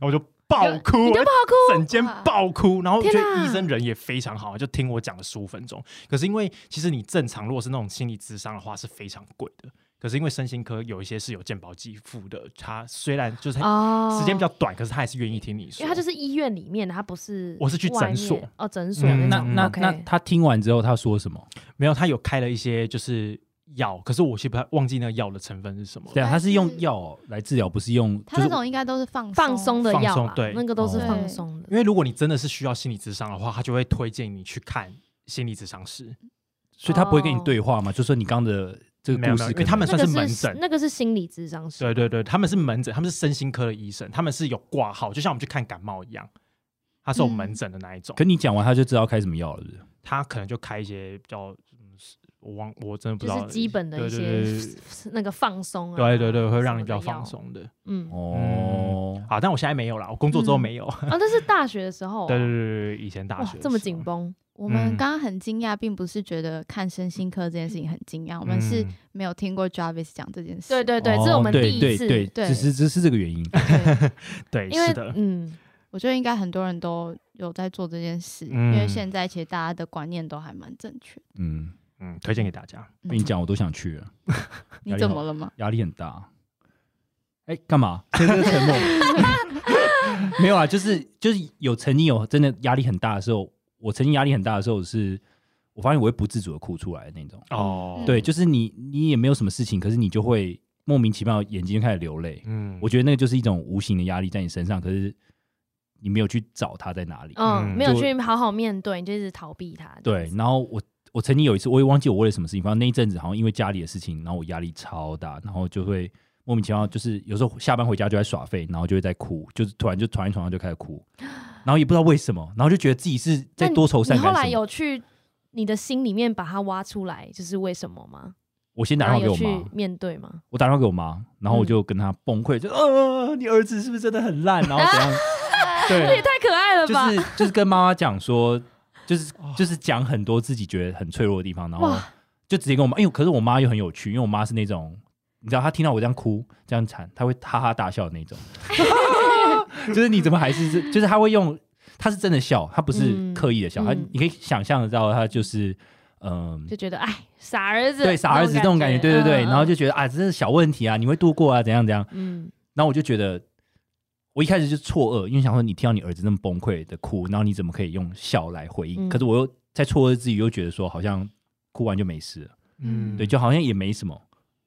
然后我就爆哭，你就我爆哭整间爆哭，然后觉天得哪医生人也非常好，就听我讲了十五分钟。可是因为其实你正常如果是那种心理咨商的话是非常贵的，可是因为身心科有一些是有健保给付的，它虽然就是它哦时间比较短，可是他还是愿意听你说。因为它就是医院里面的，它不是我是去外诊所面哦，诊所嗯那那种那 OK 那他听完之后他说什么？没有，他有开了一些就是药，可是我其实不太忘记那个药的成分是什么了。对啊，他是用是药哦来治疗，不是用他就那是种应该都是放放松的药放松，啦对那个都是哦放松的。因为如果你真的是需要心理咨商的话，他就会推荐你去看心理咨商师。所以他不会跟你哦对话嘛？就说你刚刚的这个没有故没有事可能，因为他们那个算是门诊那个是心理智商师。对对对，他们是门诊，他们是身心科的医生，他们是有挂号，就像我们去看感冒一样，他是有嗯门诊的那一种。可你讲完他就知道开什么药了，是不是？他可能就开一些比较，嗯我忘我真的不就知道，是基本的一对些对对对那个放松啊，对对对，会什让么你比的较放药。松的。嗯，哦，好，但我现在没有啦，我工作之后没有。 啊，这是大学的时候啊，对对对对，以前大哇学，这么的时候紧，绷，我们嗯刚刚很惊讶，并不是觉得看身心科这件事情很惊讶，我们是嗯没有听过 Jarvis 讲这件事。对对对，哦这是我们对第一次，对对，对只是只是这个原因。对，对，因为是的，嗯， 我觉得应该很多人都有在做这件事，嗯因为现在其实大家的观念都还蛮正确的。嗯，嗯，推荐给大家。嗯被你，讲我都想去了，你怎么了吗？压力很大。哎，干嘛？这个沉默。 没有啊，就是就是有曾经有真的压力很大的时候，我曾经压力很大的时候是，我发现我会不自主的哭出来的那种。嗯哦，对，就是你你也没有什么事情，可是你就会莫名其妙眼睛就开始流泪。嗯 我觉得那个就是一种无形的压力在你身上，可是你没有去找它在哪里。嗯，嗯没有就去好好面对，你就一直逃避它。这样对，子，然后我我曾经有一次，我也忘记我为了什么事情，反正那一阵子好像因为家里的事情，然后我压力超大，然后就会莫名其妙，就是有时候下班回家就在耍废，然后就会在哭，就是突然就躺在床上就开始 哭，然后也不知道为什么，然后就觉得自己是在那多愁善你后感来什么。有去你的心里面把它挖出来，就是为什么吗？我先打然电后话给有我去妈，面对吗？ 我打电话给我妈，然后我嗯就跟她崩溃，就呃，你儿子是不是真的很烂？然后怎样？这也对，太可爱了就吧！是就是跟妈妈讲说，就是就是讲很多自己觉得很脆弱的地方，然后哇就直接跟我妈，因为可是我妈又很有趣，因为我妈是那种，你知道她听到我这样哭这样惨，她会哈哈大笑的那 种，就是你怎么还是这就是她会用，她是真的笑，她不是嗯刻意的笑，她嗯你可以想象得到她就是嗯。就觉得哎，傻儿子，对傻儿子这种感觉，对对对，嗯然后就觉得啊，这是小问题啊，你会度过啊，怎样怎样。嗯然后我就觉得，我一开始就错愕，因为想说你听到你儿子那么崩溃的哭，然后你怎么可以用笑来回应？嗯可是我又在错愕之余，又觉得说好像哭完就没事了，嗯，对，就好像也没什么，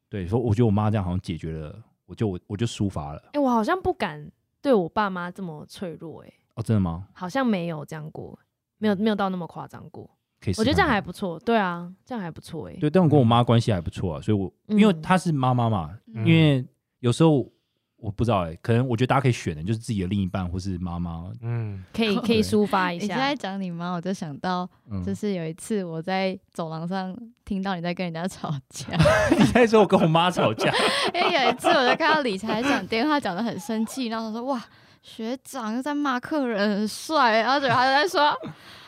对，说我觉得我妈这样好像解决了，我就我我就抒发了。哎、我好像不敢对我爸妈这么脆弱、哎，哦，真的吗？好像没有这样过，没嗯有没有到那么夸张过。可以试我看看，觉得这样还不错，对啊，这样还不错、哎，对，但我跟我妈关系还不错啊，所以我嗯因为她是妈妈嘛，嗯因为有时候。我不知道哎、可能我觉得大家可以选的，就是自己的另一半或是妈妈，嗯，可以可以对抒发一 你现下在，讲你妈，我就想到，嗯，就是有一次我在走廊上听到你在跟人家吵 架，你在说我跟我妈吵架，因为有一次我就看到理财长电话讲的很生气，然后他说哇，学长又在骂客人很帅，然后结果他就在说，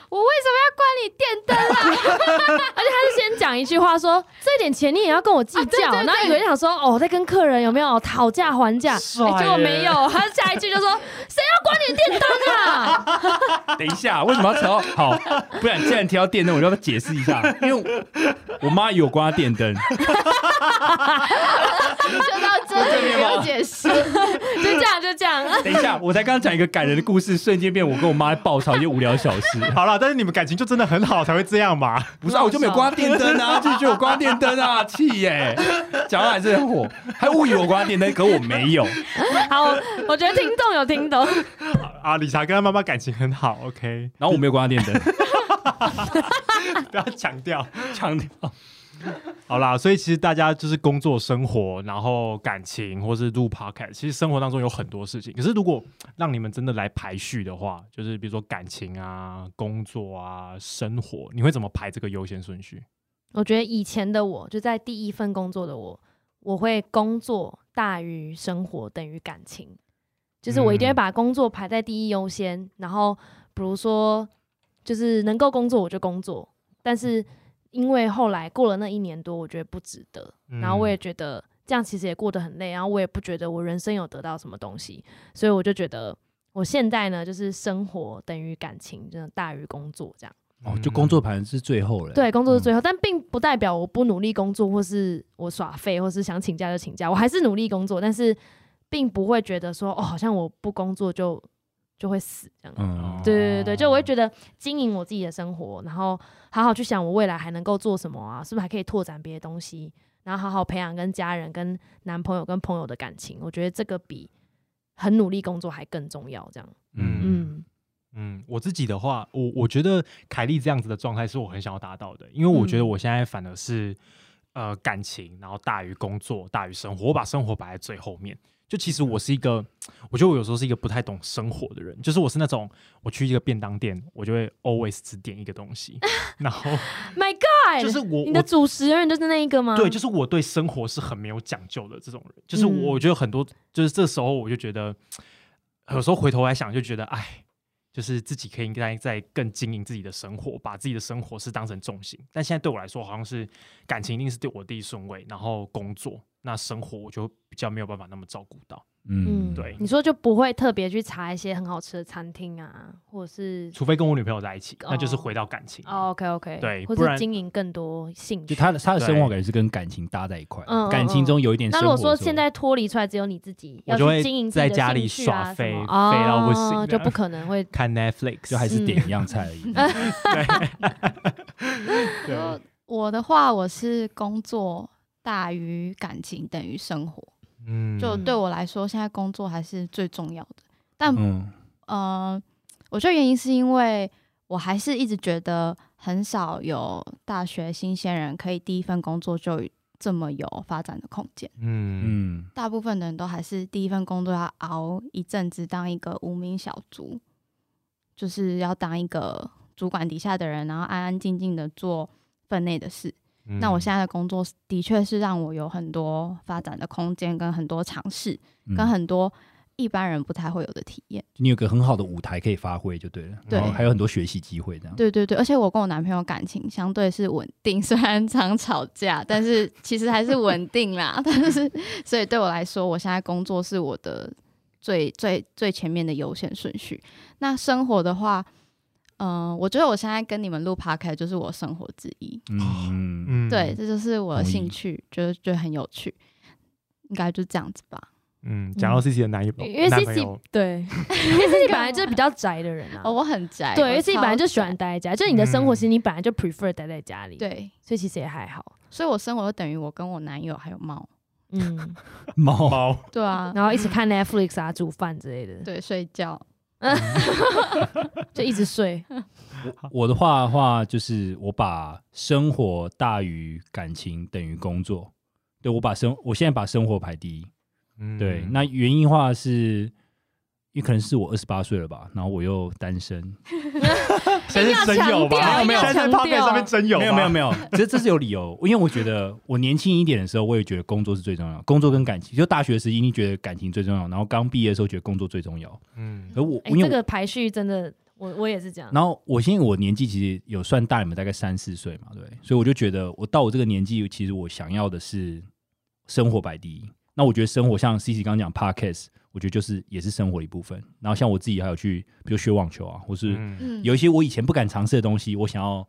我为什么要关你电灯啊？而且他是先讲一句话说，这点钱你也要跟我计啊对较，对然后以为想说哦，在跟客人有没有讨价还价，帅哎结果耶没有，他下一句就说谁要管你电灯啊？ 等一下，为什么要调？好，不然既然提到电灯，我就要解释一下，因为我妈有关她电灯，就到 这里不用解释，就这样就这样， 等一下，我才刚刚讲一个感人的故事，瞬间变我跟我妈在爆吵一些无聊小事。 好了，但是你们感情就真的很好才会这样嘛？不是啊，我就没有关她电灯啊，拒绝我关她电灯啊，气耶、讲到还是很火，还误以为我关她电灯，可我没有。好，我我觉得听众有听懂，啊，理查跟他妈妈感情很好，OK，然后我没有关她电灯，不要强调。强调。好啦，所以其实大家就是工作、生活，然后感情，或是录 podcast，其实生活当中有很多事情。可是如果让你们真的来排序的话，就是比如说感情啊、工作啊、生活，你会怎么排这个优先顺序？我觉得以前的我，就在第一份工作的我，我会工作大于生活等于感情，就是我一定会嗯把工作排在第一优先。然后，比如说，就是能够工作我就工作，但是因为后来过了那一年多，我觉得不值得，然后嗯我嗯也觉得这样其实也过得很累，然后我也不觉得我人生有得到什么东西，所以我就觉得我现在呢，就是生活等于感情，真的大于工作这样。哦，就工作盘是最后了、对，工作嗯是最后，但并不代表我不努力工作，或是我耍废，或是想请假就请假，我还是努力工作，但是并不会觉得说，哦，好像我不工作就就会死这样。嗯，对对对对，哦就我会觉得经营我自己的生活，然后好好去想我未来还能够做什么啊，是不是还可以拓展别的东西，然后好好培养跟家人、跟男朋友、跟朋友的感情，我觉得这个比很努力工作还更重要。这样，嗯嗯嗯，我自己的话，我我觉得凯莉这样子的状态是我很想要达到的，因为我觉得嗯我现在反而是、呃感情，然后大于工作，大于生活，我把生活摆在最后面。就其实我是一个，我觉得我有时候是一个不太懂生活的人，就是我是那种我去一个便当店，我就会 always 只点一个东西，然后，My God，就是我哎你我的主持人就是那一个吗？对，就是我对生活是很没有讲究的这种人，就是嗯我觉得很多，就是这时候我就觉得，有时候回头来想就觉得，哎，就是自己可以应该在更经营自己的生活，把自己的生活是当成重心。但现在对我来说，好像是感情一定是对我第一顺位，然后工作，那生活我就比较没有办法那么照顾到，嗯，对你说就不会特别去查一些很好吃的餐厅啊，或者是、除非跟我女朋友在一起，那就是哦回到感情。哦、OK OK，对或不然是经营更多兴趣。就她的她的生活对感觉是跟感情搭在一块，嗯嗯感情中有一点那生活如中。果说现在脱离出来只有你自己，我要就会去经营自己的在家里兴趣啊耍什么废废到不行哦的就不可 能会。看 Netflix 就还是嗯点一样菜而已，对我我的话，我是工作大于感情等于生活，嗯就对我来说，现在工作还是最重要的。但嗯呃，我觉得原因是因为我还是一直觉得很少有大学新鲜人可以第一份工作就这么有发展的空间。嗯嗯大部分的人都还是第一份工作要熬一阵子，当一个无名小卒，就是要当一个主管底下的人，然后安安静静的做分内的事。嗯那我现在的工作是的确是让我有很多发展的空间，跟很多尝试，嗯跟很多一般人不太会有的体验。你有个很好的舞台可以发挥就对了，对然后还有很多学习机会这样。对对对，而且我跟我男朋友感情相对是稳定， 虽然常吵架，但是其实还是稳定啦。 但是，所以对我来说，我现在工作是我的最最最前面的优先顺序。那生活的话，嗯、我觉得我现在跟你们录 p o d c a s t 就是我生活之一。嗯，嗯嗯，对，，这就是我的同意兴趣，觉得觉得很有趣，应该就这样子吧。嗯，讲到 C C 的男友，因为男 C 朋 C 友 对，因为 C C 本来就是比较宅的人啊哦，。我很宅，对，因我为自己超本来就喜欢宅待在家，就是你的生活嗯其实你本来就 prefer 待在家里，，对，所以其实也 还好，所以我生活就等于我跟我男友还有猫，嗯，猫猫，对啊，然后一起看 Netflix 啊，煮饭之类的，对，睡觉，就一直睡，我的话的话就是我把生活大于感情等于工作，对我把生我现在把生活排第一。嗯对，那原因的话是。因为可能是我二十八岁了吧，然后我又单身，现在是真 有吧？一定要现在强调在一定要 p o c k e t 上面真有吧，没有没有没有，这这是有理由。因为我觉得我年轻一点的时候，我也觉得工作是最重要，工作跟感情。就大学时一定觉得感情最重要，然后刚毕业的时候觉得工作最重要。嗯而我哎，因为这我个排序真的，我我也是这样，然后我现在我年纪其实有算大你们大概三四岁嘛，对，所以我就觉得我到我这个年纪，其实我想要的是生活摆第一。那我觉得生活像 C C 刚刚讲 podcast，我觉得就是也是生活的一部分。然后像我自己还有去，比如学网球啊，或是嗯嗯，有一些我以前不敢尝试的东西，我想要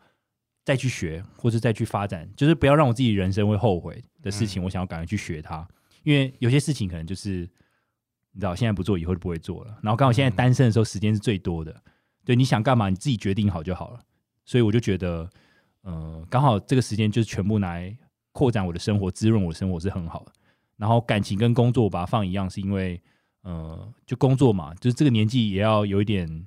再去学，或是再去发展，就是不要让我自己人生会后悔的事情，我想要赶快去学它。因为有些事情可能就是你知道，现在不做以后就不会做了。然后刚好现在嗯单身的时候，时间是最多的，对，你想干嘛你自己决定好就好了。所以我就觉得，呃，刚好这个时间就是全部拿来扩展我的生活，滋润我的生活是很好的。然后感情跟工作我把它放一样，是因为呃，就工作嘛，就是这个年纪也要有一点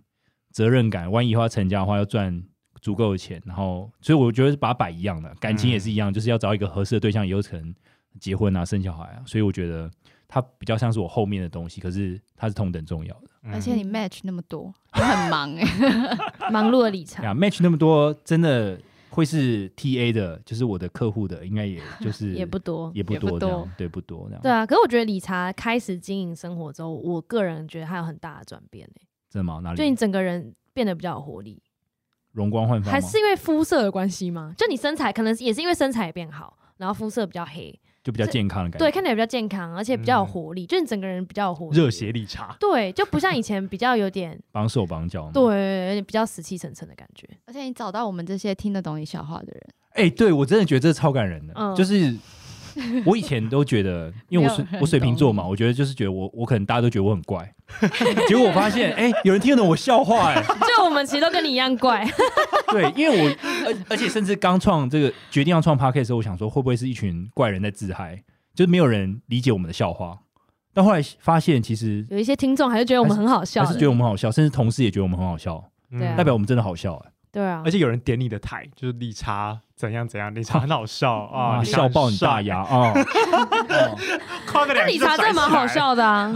责任感。万一以后要成家的话，要赚足够的钱。然后，所以我觉得是把它摆一样的，感情也是一嗯样，就是要找一个合适的对象，以后可能结婚啊、生小孩啊。所以我觉得它比较像是我后面的东西，可是它是同等重要的。嗯而且你 match 那么 多，你很忙哎、忙碌的理呀、财， m a t c h 那么多，真的会是 TA 的，就是我的客户的，应该也就是也不多。也不也不多这多样，对，不多这样，对啊，可是我觉得理查开始经营生活之后，我个人觉得他有很大的转变诶、真的吗？哪就你里整个人变得比较有活力，容光焕发还吗？是因为肤色的关系吗？就你身材可能也是因为身材也变好，然后肤色比较黑，就比较健康的感对，觉，看起来比较健康，而且比较有嗯活力，就你整个人比较有活力，热血理查，对，就不像以前比较有点绑手绑脚嘛。对，有点比较死气沉沉的感觉。 而且你找到我们这些听得懂你笑话的人，哎、对我真的觉得这超感人的，嗯就是我以前都觉得，因为我水没有人我水瓶座懂嘛，我觉得就是觉得我我可能大家都觉得我很怪， 结果我发现哎、有人听得懂我笑话哎、就我们其实都跟你一样怪，对，因为我而而且甚至刚创这个决定要创 p a r k 的时候，我想说会不会是一群怪人在自嗨，就是没有人理解我们的笑话，但后来发现其实有一些听众还是觉得我们很好还笑是觉得的，我们好笑，甚至同事也觉得我们很好笑，对嗯啊代表我们真的好笑哎、对啊而，且有人点你的台，就是理查怎样怎样，理查很好笑啊，啊，理查笑很爆你大帅，牙啊！ 哦 夸个那 两句理就查真的甩蛮起来好笑的啊，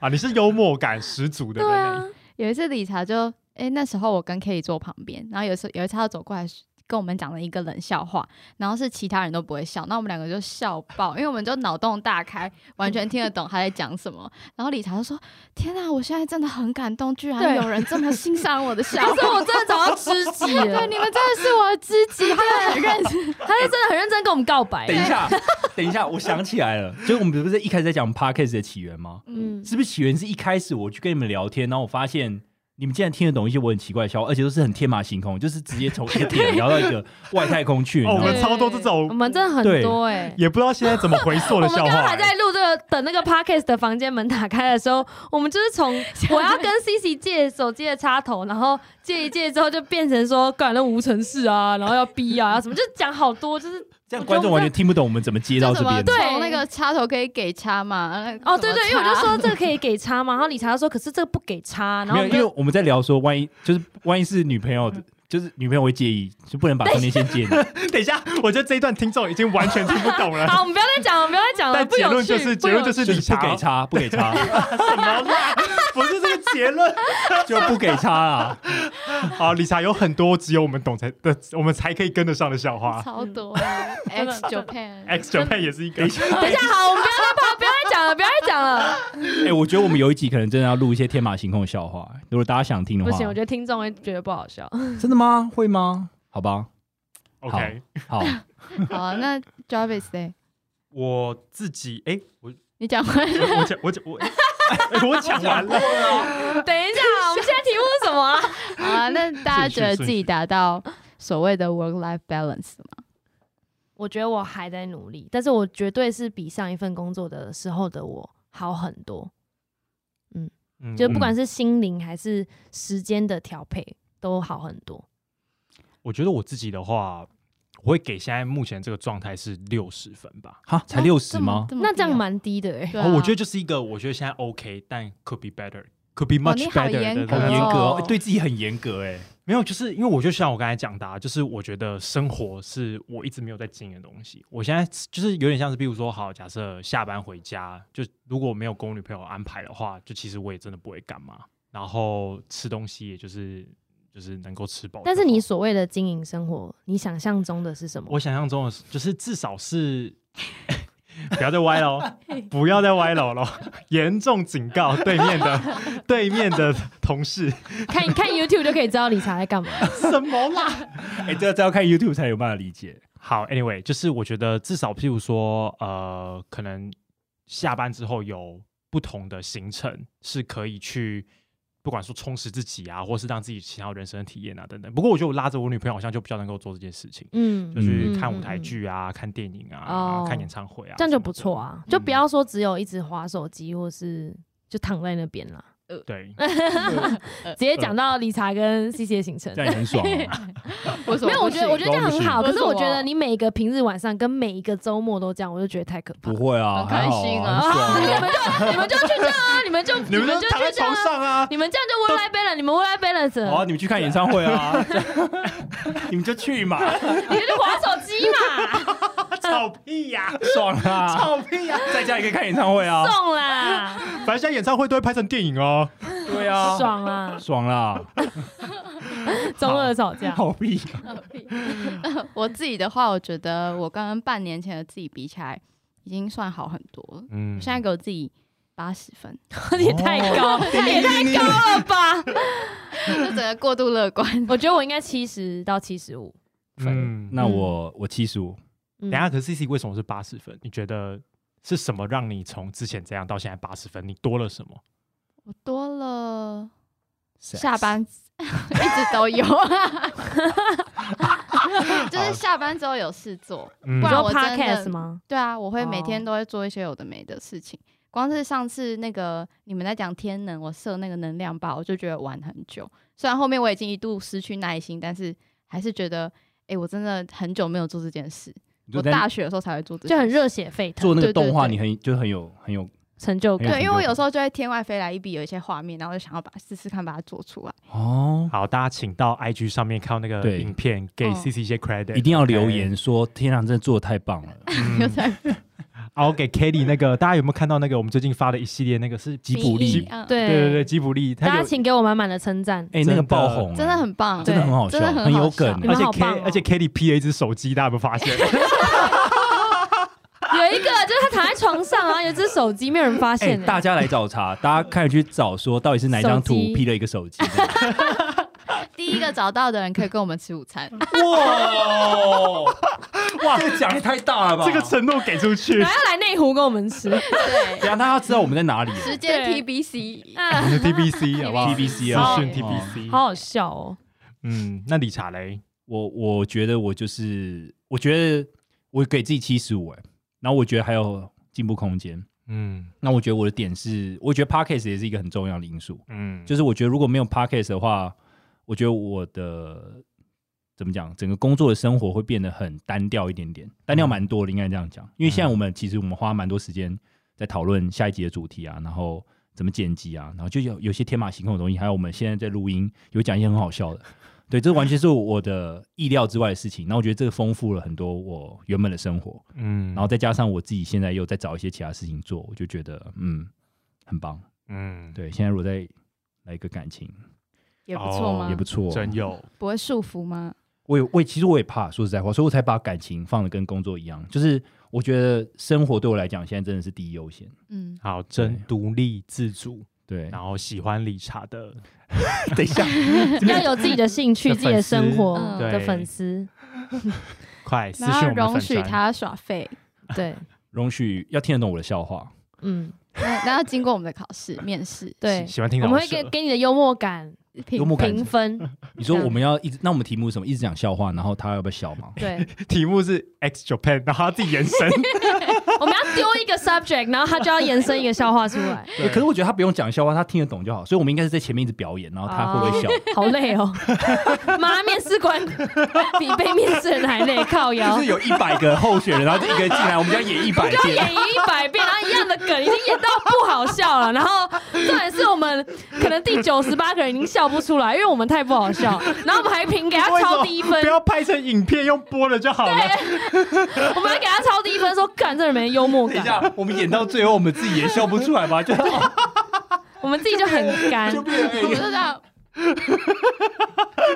啊，你是幽默感十足的对人啊欸，，有一次理查就，哎、那时候我跟 K 坐旁边，然后有时候有一次他走过来跟我们讲了一个冷笑话，然后是其他人都不会笑，那我们两个就笑爆，因为我们就脑洞大开，完全听得懂他在讲什么。然后理查就说：“天啊，我现在真的很感动，居然对有人这么欣赏 我的笑可话。是我真的找到知己哎对，了，你们真的是 我的知己， 他们很认他是真的很认真跟我们告白等，一下， 等一下，我想起来了，就是我们不是一开始在讲 podcast 的起源吗？嗯，是不是起源是一开始我去跟你们聊天，然后我发现你们竟然听得懂一些我很奇怪的笑话，而且都是很天马行空，就是直接从 一个点聊到一个外太空去。你哦，知我道们吗对超多这我种，们真的很对多哎。也不知道现在怎么回溯我的们笑刚刚话还欸。在录这个，等那个 podcast 的房间门打开的时候，我们就是 从我要跟 Cici 借手机的插头，然后借一借之后就变成说感人无尘事啊，然后要逼 啊，要什么，就讲好多，就是这样观众完全听不懂我们怎么接到就这什么边的。从那个插头可以给插嘛？那哦，对对，因为我怎么就插说这个可以给插嘛，然后理查就说可是这个不给插，然没后我有，们因为就我们在聊说，万一就是万一是女朋友，就是女朋友会介意，就不能把上面先 借你。 等一下，我觉得这一段听众已经完全听不懂了。 好，我们不要再讲了，不要再讲了，但不结有论趣，就是，不结有论趣就。是就是理不给查哦插，不给插， 什么啦？ 不是这个结论。就不给插啊！好，理查有很多只有我们懂才的，我们才可以跟得上的笑话。 超多啊 X Japan， 哎 X Japan 也是一个等一，下，等一下，好，我们不要再跑，不要再讲了，不要再讲了，哎、我觉得我们有一集可能真的要录一些天马行空的笑话、哎如果大家想听的 不话，行，我觉得听众会觉得不好笑。真的吗？会吗？好吧， OK，好，好，那 Jarvis 呢？我自己哎、我你讲 完了，我讲我讲我、哎 我讲完了， 等一下， 我们现在题目是什么啊？好啊，那大家顺序觉得顺自己序达到所谓的 work life balance 了吗？ 我觉得我还在努力，但是我绝对是比上一份工作的时候的我好很多，嗯就不管是心灵还是时间的调配都好很多。我觉得我自己的话，我会给现在目前这个状态是六十分吧。哈，才六十吗？么那这嗯样低啊蛮低的哎、对啊哦，我觉得就是一个，我觉得现在 OK，但 could be better，could be 哦你 much 好 better 的严那格种、很严格、哦哦哎对自己很严格、哎，没有，就是因为我就像我刚才讲的、啊，就是我觉得生活是我一直没有在经营的东西。我现在就是有点像是，比如说，好，假设下班回家，就如果没有跟我女朋友安排的话，就其实我也真的不会干嘛。然后吃东西，也就是就是能够吃饱就好。但是你所谓的经营生活，你想象中的是什么？我想象中的是，就是至少是， 不要再歪了哦，不要再歪了喽！严重警告对面的对面的同事，看看 YouTube 就可以知道理查在干嘛。什么啦？哎、这这要看 YouTube 才有办法理解。好，anyway，就是我觉得至少譬如说，呃，可能下班之后有不同的行程是可以去，不管说充实自己啊，或是让自己其他人生的体验啊等等。不过我觉得我拉着我女朋友好像就比较能够做这件事情。嗯就嗯，是看舞台嗯嗯剧啊，看电影啊，哦看演唱会啊，这样什就么不的错。啊，就不要说只有一直划手机或是就躺在那边啦，对， 直接讲到理查跟 C C 的行程这。样也很爽、啊。为什么没有，我觉得我嗯觉得这样很好。不可行是我觉得你每个平日晚上跟每一个周末都这样，我就觉得太可怕不。会啊，很开还好心啊，啊很爽你啊们就 你们就去这样啊，你们就你们就躺在去这床样啊，上啊，你们这样就 work life balance，你们 work life 好啊， balance，你们去看演唱会啊，你们就去嘛， 你就去划手机嘛，啊吵屁呀，爽啊！吵屁呀！在家也可以看演唱会啊，送啦，反正现在演唱会都会拍成电影哦。对啊，爽啦，爽啦，中二吵架。好屁！我自己的话，我觉得我跟半年前的自己比起来，已经算好很多了。嗯我现在给我自己八十分，也太高，也太高了吧！ 就整个过度乐观。我觉得我应该七十到七十五。嗯，那那我我七十五，嗯等一下，可是 C C 为什么是八十分？你觉得是什么让你从之前这样到现在八十分？你多了什么？我多了 Sex 下班 一直都 有啊，就是下班之后有事做。嗯不你然说我真的 podcast 吗？对啊，我会每天哦都会做一些有的没的事情。光是上次那个你们在讲天能，我设那个能量吧，我就觉得玩很久。虽然后面我已经一度失去耐心，但是还是觉得，哎、我真的很久没有做这件事。你就我在大学的时候才会做这就件很事，热血沸腾，做那个对对动画，对你很就很有很有成就感。很对，因为成我啊就有时候就会天外飞来一笔，有一些画面，然后我就想要把试试看把它做出来。哦，好，大家请到 I G 上面看到那个对影片，给嗯 C C 一些 credit，一定要留 OK 言。说天啊，真的做的太棒了，就在然后啊给 Kelly 那个，大家有没有看到那个我们最近发的一系列那个是吉卜力，嗯，对对对对，吉卜力，大它家有请给我满满的称赞。哎，那个爆红，真的很棒，真的对很好笑真的很很好有梗笑你而们且好 K 棒哦而且 Kelly P 了一只手机，大家有没有发 现？有一个就是他躺在床上啊，有一只手机，没有人发哎，现欸。大家来找茬，大家看去找说到底是哪一张图手机 P 了一个手机？第一个找到的人可以跟我们吃午餐。哇哇，这个奖也太大了吧！这个承诺给出去还，要来内湖跟我 们 吃，对，等一下大家要知道我们在哪里啊 直接对 TBC。啊，是 TBC 好不好 TBC 资啊讯哦 TBC。好好笑哦。嗯，那理查雷，我我觉得我就是，我觉得我给自己七十五哎，然后我觉得还有进步空间。嗯那我觉得我的点是，我觉得 podcast 也是一个很重要的因素。嗯，就是我觉得如果没有 podcast 的话，我觉得我的怎么讲，整个工作的生活会变得很单调一点点，单调蛮多的，应该这样讲。因为现在我们其实我们花蛮多时间在讨论下一集的主题啊，然后怎么剪辑啊，然后就有有些天马行空的东西，还有我们现在在录音有讲一些很好笑的。对，这完全是我的意料之外的事情。那我觉得这个丰富了很多我原本的生活，嗯然后再加上我自己现在又在找一些其他事情做，我就觉得嗯，很棒。嗯，对，现在如果再来一个感情，也不错哦吗？也不错，真有不会束缚吗？我有我也其实我也怕，说实在话，所以我才把感情放的跟工作一样。就是我觉得生活对我来讲，现在真的是第一优先。嗯，好，真对独立自主，对，然后喜欢理查的，等一下，要有自己的兴趣、的自己的粉丝生活嗯的对粉丝，快私然后信我们容粉许专他耍废，对，容许要听得懂我的笑话，嗯，那然后经过我们的考试、面试，对喜，喜欢听我老们会舍给给你的幽默感评幽默感评分，你说这样我们要一直，那我们题目是什么？一直讲笑话，然后他要不要笑吗？对，题目是 X Japan，然后他自己延伸，我们要丢一个 subject，然后他就要延伸一个笑话 出来，欸可是我觉得他不用讲笑话，他听得懂就好。所以我们应该是在前面一直表演，然后哦他会不会 笑？好累哦，妈，面试官比被面试人还累，靠 腰就。是有一百个候选人，然后就一个人进来，我们就要演一百就遍。 演一百遍，然后一样的梗已经演到不好笑了。然后重点是我们可能第九十八个人已经笑不出来，因为我们太不好笑。然后我们还评给他超低分为什么，不要拍成影片用播了就好了。我们还给他超低分，说干这人没幽默等一感，下，我们演到最后，我们自己也笑不出来吧？就 我们自己就很干。就变我们就哎，这样，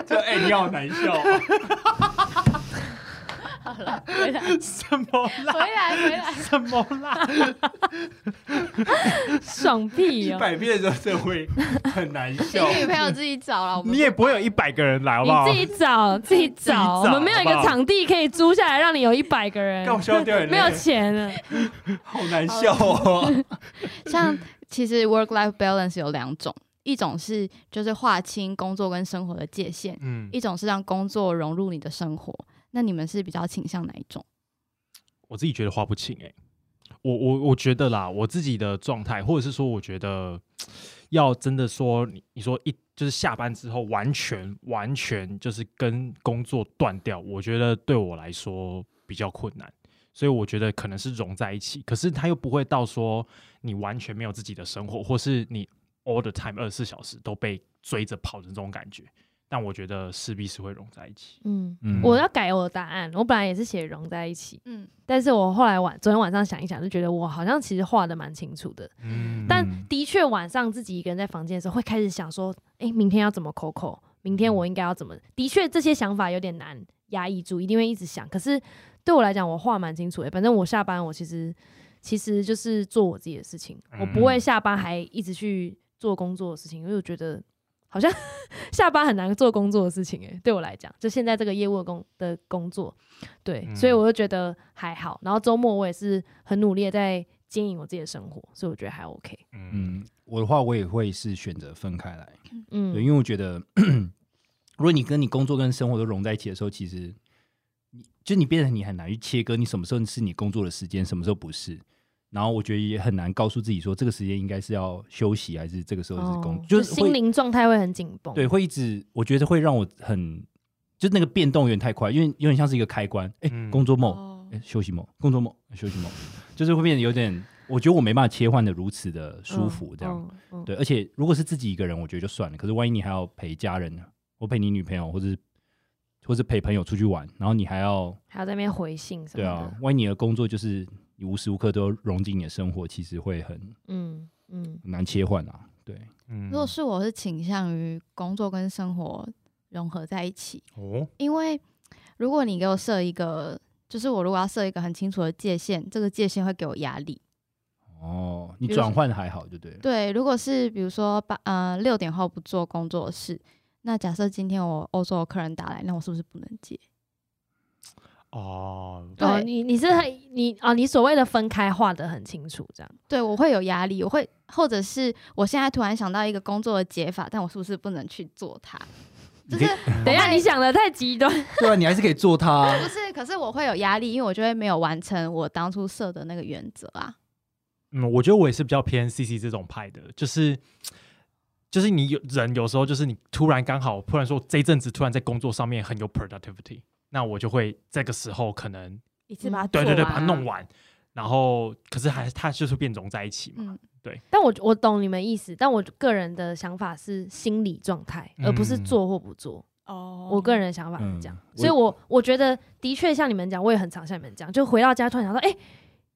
就哎，你好难笑。回来，什么回啦？来，回来，什么啦？爽屁一哦！百遍的时候真的会很 难笑。请女朋友自己找了，我们你也不会有一百个人来，好不好？你自己找，自己己找找，我们没有一个好不好场地可以租下来，让你有一百个人干，我笑到掉眼泪，没有钱了。 好难笑 哦。像其实 work life balance 有两种，一种是就是划清工作跟生活的界限，嗯，一种是让工作融入你的生活。那你们是比较倾向哪一种？我自己觉得画不清哎、我我我觉得啦，我自己的状态，或者是说，我觉得要真的说，你你说一就是下班之后完全完全就是跟工作断掉，我觉得对我来说比较困难，所以我觉得可能是融在一起，可是它又不会到说你完全没有自己的生活，或是你 all the time 二十四小时都被追着跑的这种感觉，但我觉得势必是会融在一起。嗯，嗯我要改我的答案。我本来也是写融在一起，嗯，但是我后来晚昨天晚上想一想，就觉得我好像其实画的蛮清楚的。嗯但的确，晚上自己一个人在房间的时候，会开始想说，哎、明天要怎么口口？明嗯天我应该要怎么？的确，这些想法有点难压抑住，一定会一直想。可是对我来讲，我画蛮清楚的、反正我下班，我其实其实就是做我自己的事情，嗯我不会下班还一直去做工作的事情，因为我觉得好像 下班很难做工作的事情、欸。对我来讲，就现在这个业务的工的工作，对，嗯所以我就觉得还好。然后周末我也是很努力的在经营我自己的生活，所以我觉得还 OK。嗯嗯，我的话我也会是选择分开来。嗯，对，因为我觉得， 如果你跟你工作跟生活都融在一起的时候，其实你就你变成你很难去切割，你什么时候是你工作的时间，什么时候不是。然后我觉得也很难告诉自己说，这个时间应该是要休息，还是这个时候是工，哦就是会心灵状态会很紧绷。嗯对，，会一直我觉得会让我很，就那个变动有点太快，因为有点像是一个开关，哎、嗯工作梦，哦，哎休息梦，工作梦，休息梦， 就是会变得有点，我觉得我没办法切换的如此的舒服，这样。嗯，嗯，对，而且如果是自己一个人，我觉得就算了。可是万一你还要陪家人呢，或陪你女朋友，或是或是陪朋友出去玩，然后你还要还要在那边回信什么对的。啊，万一你的工作就是你无时无刻都融进你的生活，其实会很嗯嗯，很难切换啊。对，嗯如果是我是倾向于工作跟生活融合在一起，哦，因为如果你给我设一个，就是我如果要设一个很清楚的界限，这个界限会给我压力。哦，你比如说转换还好，对不对了？对，如果是比如说八呃六点后不做工作的事，那假设今天我欧洲的客人打来，那我是不是不能接？哦，对哦，你你是很你哦，你所谓的分开画的很清楚，这样。对我会有压力，我会或者是我现在突然想到一个工作的解法，但我是不是不能去做它？就是你可以等一下，你想的太 极端。对啊，你还是可以做它啊、不是？可是我会有压力，因为我就会没有完成我当初设的那个原则啊。嗯，我觉得我也是比较偏 CC 这种派的，就是就是你有人有时候就是你突然刚好突然说这一阵子突然在工作上面很有 productivity，那我就会这个时候可能一次把它对对对把它它弄。完，然后可是还它就是变融在一起嘛，嗯，但我我懂你们意思，但我个人的想法是心理状态，而不是嗯做或不做。哦我个人的想法是嗯这样，我所以我我觉得的确像你们讲，我也很常像你们讲，就回到家突然想说，哎、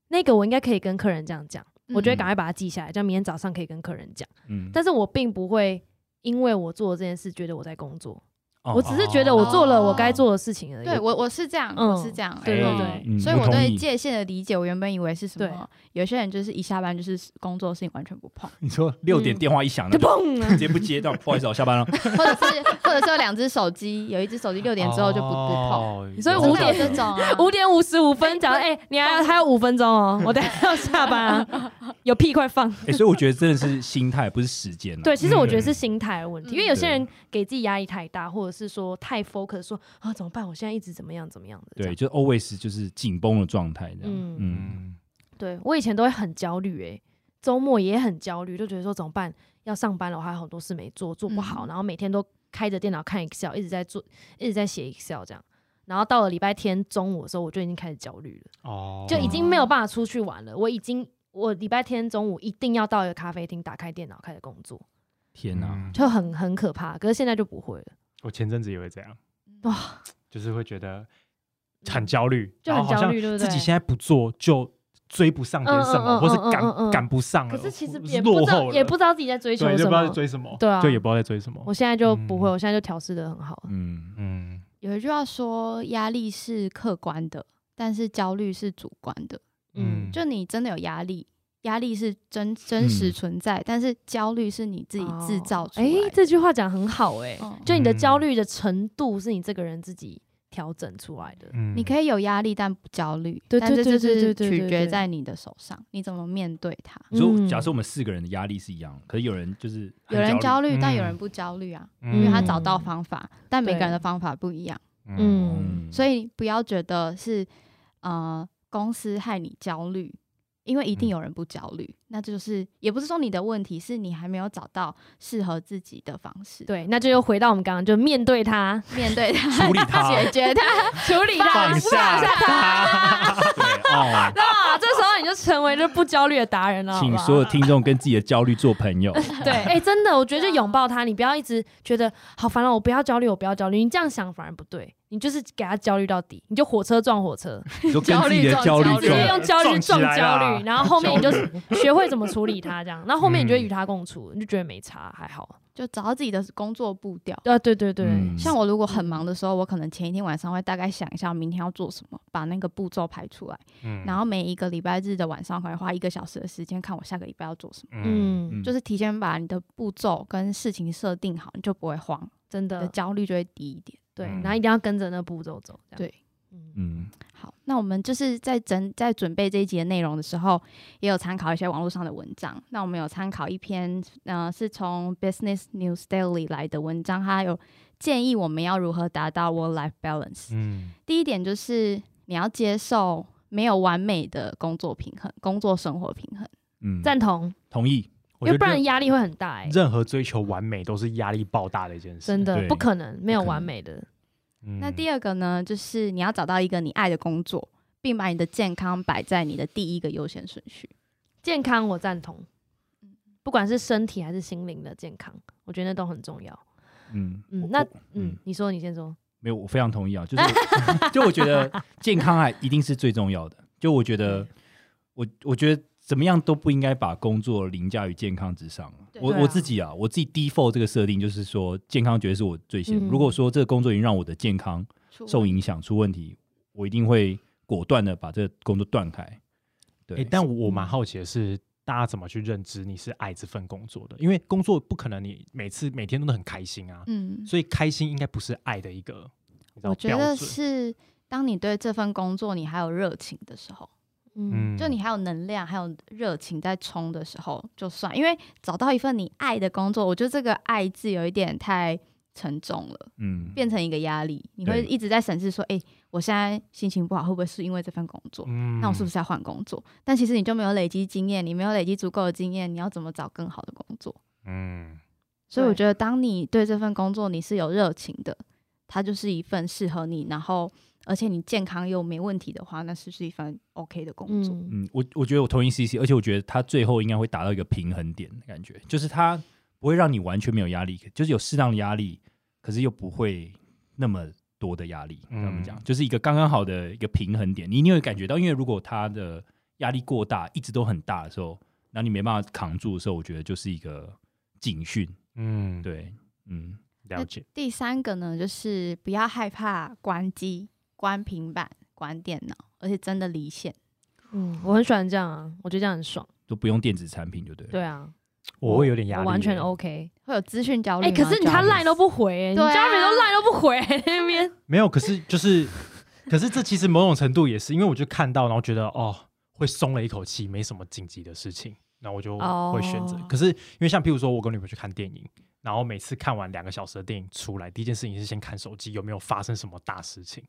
那个我应该可以跟客人这样讲，我嗯觉得赶快把它记下来，这样明天早上可以跟客人讲。 嗯，但是我并不会因为我做这件事觉得我在工作，哦我只是觉得我做了我该做的事情而已。对我我是这样，嗯我是这样，对对嗯对嗯所以我我同对意界限的理解，我原本以为是什对么，有些人就是一下班就是工作的事情完全不碰，你说六点嗯电话一响，那就 就砰啊直接不接到，不好意思，我下班了。或者是或者是有两只手机，有一只手机六点之后就不不哦碰。碰所以真五的有点这种啊，五点五十五分讲，哎哎、你还有还有五分钟哦，我等下要下班 啊，有屁快放。哎，所以我觉得真的是心态，不是时间啊。对，其实我觉得是心态的问题，嗯因为有些对人给自己压力太大，或者是说太 focus，说啊怎么办，我现在一直怎么样怎么样的。这对，样就 always 就是紧绷的状态这样。嗯嗯，嗯，对我以前都会很焦虑，哎，周末也很焦虑，就觉得说怎么办，要上班了，我还有很多事没做，做不好，嗯然后每天都开着电脑看 Excel，一直在做，一直在写 Excel 这样。然后到了礼拜天中午的时候，我就已经开始焦虑了。哦，就已经没有办法出去玩了。我已经，我礼拜天中午一定要到一个咖啡厅，打开电脑开始工作，天哪，嗯就很很可怕。可是现在就不会了，我前阵子也会这样，哇，嗯就是会觉得很焦虑，就然很后好焦像虑，对不对？自己现在不做就追不上点什嗯嗯嗯么，或是嗯嗯嗯嗯赶赶不上了，可是其实或也哎是不落知后道，了，也不知道自己在追求对，就什不知道在么。追什么，对啊就也不知道在追什么我，现在就不会，嗯我现在就调试的很好了。嗯，嗯，有一句话说，压力是客观的，但是焦虑是主观的。嗯就你真的有压力，压力是真真实嗯存在，但是焦虑是你自己制造出来哎的。，这句话讲很好哎嗯，就你的焦虑的程度是你这个人自己调整出来的。嗯你可以有压力，但不焦虑。对但对这对就对对是对对取决对在你的手上，你怎么面对它。所以嗯假设我们四个人的压力是一样，可是有人就是很有人焦焦虑，但有嗯人不焦虑啊，嗯因为他嗯找到方法，但每个对人的方法不一样，嗯嗯，所以不要觉得是呃公司害你焦虑，因为一定嗯有人不焦虑，那就是也不是说你的问题，是你还没有找到适合自己的方式，对，那就又回到我们刚刚，就面对它，面对 它，处理它解决它，处理它，放下 它。对哦，啊，这时候你就成为就不焦虑的达人了。好啊不请好所有听众跟自己的焦虑做朋 友。对，哎、真的，我觉嗯得就拥抱他，你不要一直觉得好烦哦了，我不要焦虑，我不要焦虑，你这样想反而不对，你就是给他焦虑到底，你就火车撞火车，你说跟自己的焦焦虑虑撞撞直接焦哦用焦虑撞撞起来焦啦虑，然后后面你就是 学会怎么处理它，这样，然后后面你就会与他共处，你就觉得没差，还好。就找到自己的工作步调。啊，对对对，嗯像我如果很忙的时候，我可能前一天晚上会大概想一下明天要做什么，把那个步骤排出来，嗯然后每一个礼拜日的晚上会花一个小时的时间看我下个礼拜要做什么。嗯，嗯就是提前把你的步骤跟事情设定好，你就不会慌，真你的的焦虑就会低一点。对，嗯然后一定要跟着那步骤走，这样。对嗯，嗯，好，那我们就是在整在准备这一集的内容的时候，也有参考一些网络上的文章。那我们有参考一篇，呃，是从 Business News Daily 来的文章，它有建议我们要如何达到 work life balance。嗯第一点就是你要接受没有完美的工作平衡，工作生活平衡。嗯，赞同，同意，我因觉得为不然压力会很大、哎，任何追求完美都是压力爆大的一件事，嗯真的对不可能没有不可完能美的。嗯那第二，二个呢，就是你要找到一个你爱的工作，并把你的健康摆在你的第一个优先顺序。健康我赞同，不管是身体还是心灵的健康，我觉得那都很重要。嗯嗯我那我嗯嗯，你说，你先说。没有，我非常同意啊，就是 我就我觉得健康啊一定是最重要的，就我觉得我我觉得。怎么样都不应该把工作凌驾于健康之上啊。对我对啊我自己啊，我自己 default 这个设定就是说，健康绝对是我最先。嗯如果说这个工作已经让我的健康受影响、出问题，我一定会果断的把这个工作断开。对，诶但我蛮好奇的是。大家怎么去认知你是爱这份工作的？因为工作不可能你每次每天都很开心啊，嗯，所以开心应该不是爱的一个，你知道我觉标得准是当你对这份工作你还有热情的时候，嗯，就你还有能量、还有热情在冲的时候，就算。因为找到一份你爱的工作，我觉得这个“爱”字有一点太沉重了，嗯，变成一个压力。你对会一直在审视说：“哎、我现在心情不好，会不会是因为这份工作？”嗯那我是不是要换工作？但其实你就没有累积经验，你没有累积足够的经验，你要怎么找更好的工作？嗯所以我对觉得，当你对这份工作你是有热情的，它就是一份适合你，然后而且你健康又没问题的话，那是不是一份 OK 的工作？嗯，嗯，我我觉得我同意 C C，而且我觉得他最后应该会达到一个平衡点，感觉就是他不会让你完全没有压力，就是有适当的压力，可是又不会那么多的压力。怎嗯么讲？就是一个刚刚好的一个平衡点。你一定会感觉到，因为如果他的压力过大，一直都很大的时候，那你没办法扛住的时候，我觉得就是一个警讯。嗯，对，嗯，了解。第三个呢，就是不要害怕关机、关平板、关电脑，而且真的离线。嗯，我很喜欢这样啊，我觉得这样很爽。都不用电子产品就对了。对啊，我会有点压我力，完全 OK。会有资讯焦虑哎、吗？可是你他 Jarvis？赖都不回、欸，你对啊 Jarvis 都赖都不回、 那边。没有。可是就是， 可是这其实某种程度也是，因为我就看到，然后觉得哦，会松了一口气，没什么紧急的事情，那我就哦会选择。可是因为像譬如说，我跟女朋友去看电影，然后每次看完两个小时的电影出来，第一件事情是先看手机有没有发生什么大事情。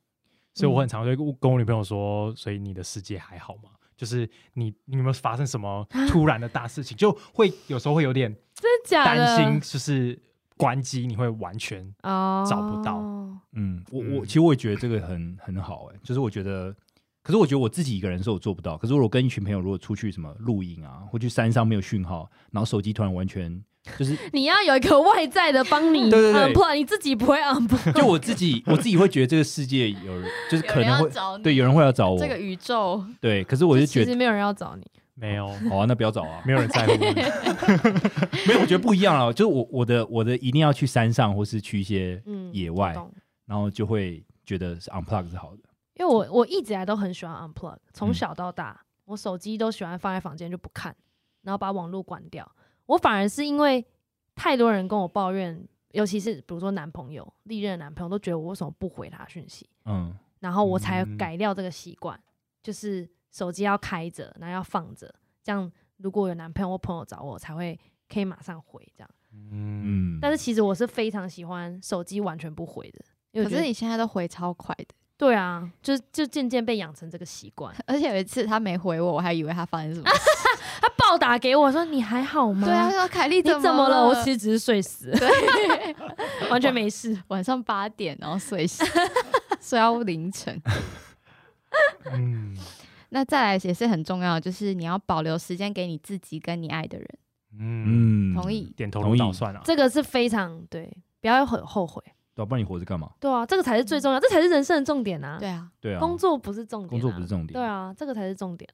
所以嗯我很常会跟我女朋友说，所以你的世界还好吗？就是你你有没有发生什么突然的大事情？就会有时候会有点真的假的？担心，就是关机你会完全哦，找不到嗯，我嗯我其实我也觉得这个很很好哎、就是我觉得，可是我觉得我自己一个人是我做不到。可是我跟一群朋友如果出去什么露营啊，或去山上没有讯号，然后手机突然完全就是，你要有一个外在的帮 你对对对 unplug，你自己不会 unplug。就我自己我自己会觉得这个世界有人就是可能有人要会找你对有人会要找我，这个宇宙，对，可是我就觉其实得没有人要找你，没有好啊，那不要找啊，没有人在乎你。 没有，我觉得不一样啊，就是我我的我的一定要去山上或是去一些嗯，野外，懂然后就会觉得是 unplug 是好的。因为我我一直以来都很喜欢 unplug，从嗯小到大，我手机都喜欢放在房间就不看，然后把网络关掉。我反而是因为太多人跟我抱怨，尤其是比如说男朋友、历任的男朋友，都觉得我为什么不回他讯息，嗯，然后我才嗯改掉这个习惯，就是手机要开着，然后要放着，这样如果有男朋友或朋友找我，我才会可以马上回这样。嗯，嗯，但是其实我是非常喜欢手机完全不回的，因为可我觉是得你现在都回超快的。对啊，就就渐渐被养成这个习惯。而且有一次他没回我，我还以为他发生什么事。他报答给我说：“你还好吗？”对啊，他，说凯莉你怎么么了？我其其实只是睡死， 完全没事。 晚上八点然后睡醒， 睡到凌晨。嗯那再来也是很重要的，就是你要保留时间给你自己跟你爱的人。嗯，嗯同，意？点头同如意捣蒜啊。这个是非常对，不要很后悔。对啊，不然你活着干嘛？对啊，这个才是最重要，这才是人生的重点啊。嗯对啊，对啊，工作不是重点、工作不是。重点，对啊，这个才是重点。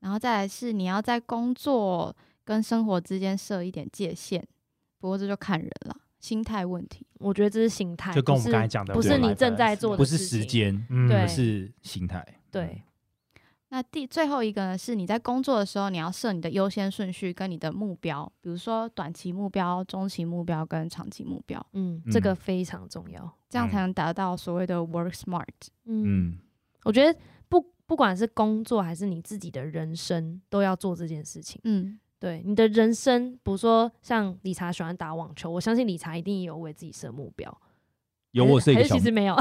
然后再来是你要在工作跟生活之间设一点界限，不过这就看人了，心态问题。我觉得这是心态，就跟我不们是刚才讲的不是 work-life 你正在做的，不是时。间，嗯对而是心态。对，那第最后一个呢，是你在工作的时候，你要设你的优先顺序跟你的目标，比如说短期目标、中期目标跟长期目标，嗯，嗯这个非常重要。这样才嗯能达到所谓的 work smart。嗯，嗯，我觉得不不管是工作还是你自己的人生，都要做这件事情。嗯，对你的人生，比如说像理查喜欢打网球，我相信理查一定也有为自己设目标。有我是一还个是小其，实没有，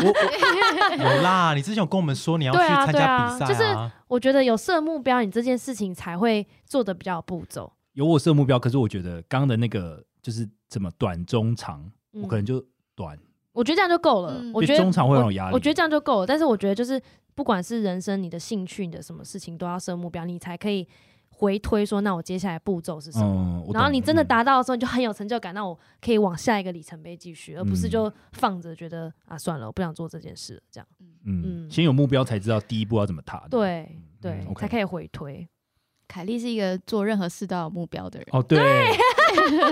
有啦，你之前有跟我们说你要去对啊参加比赛、对 我觉得有设目标，你这件事情才会做的比较有步骤。有我设目标，可是我觉得刚刚的那个就是怎么短中长，嗯我可能就短，我觉得这样就够了。嗯我觉因为得中长会让我我压力。我觉得这样就够了。但是我觉得就是不管是人生、你的兴趣、你的什么事情，都要设目标，你才可以回推说，那我接下来步骤是什么。嗯，我懂然后你真的，达到的时候，你就很有成就感。那我可以往下一个里程碑继续，而不是就放着觉得啊算了，我不想做这件事了这样。嗯，嗯先有目标才知道第一步要怎么踏。，对对，嗯 OK 才可以回推。凯莉是一个做任何事都有目标的人。哦对，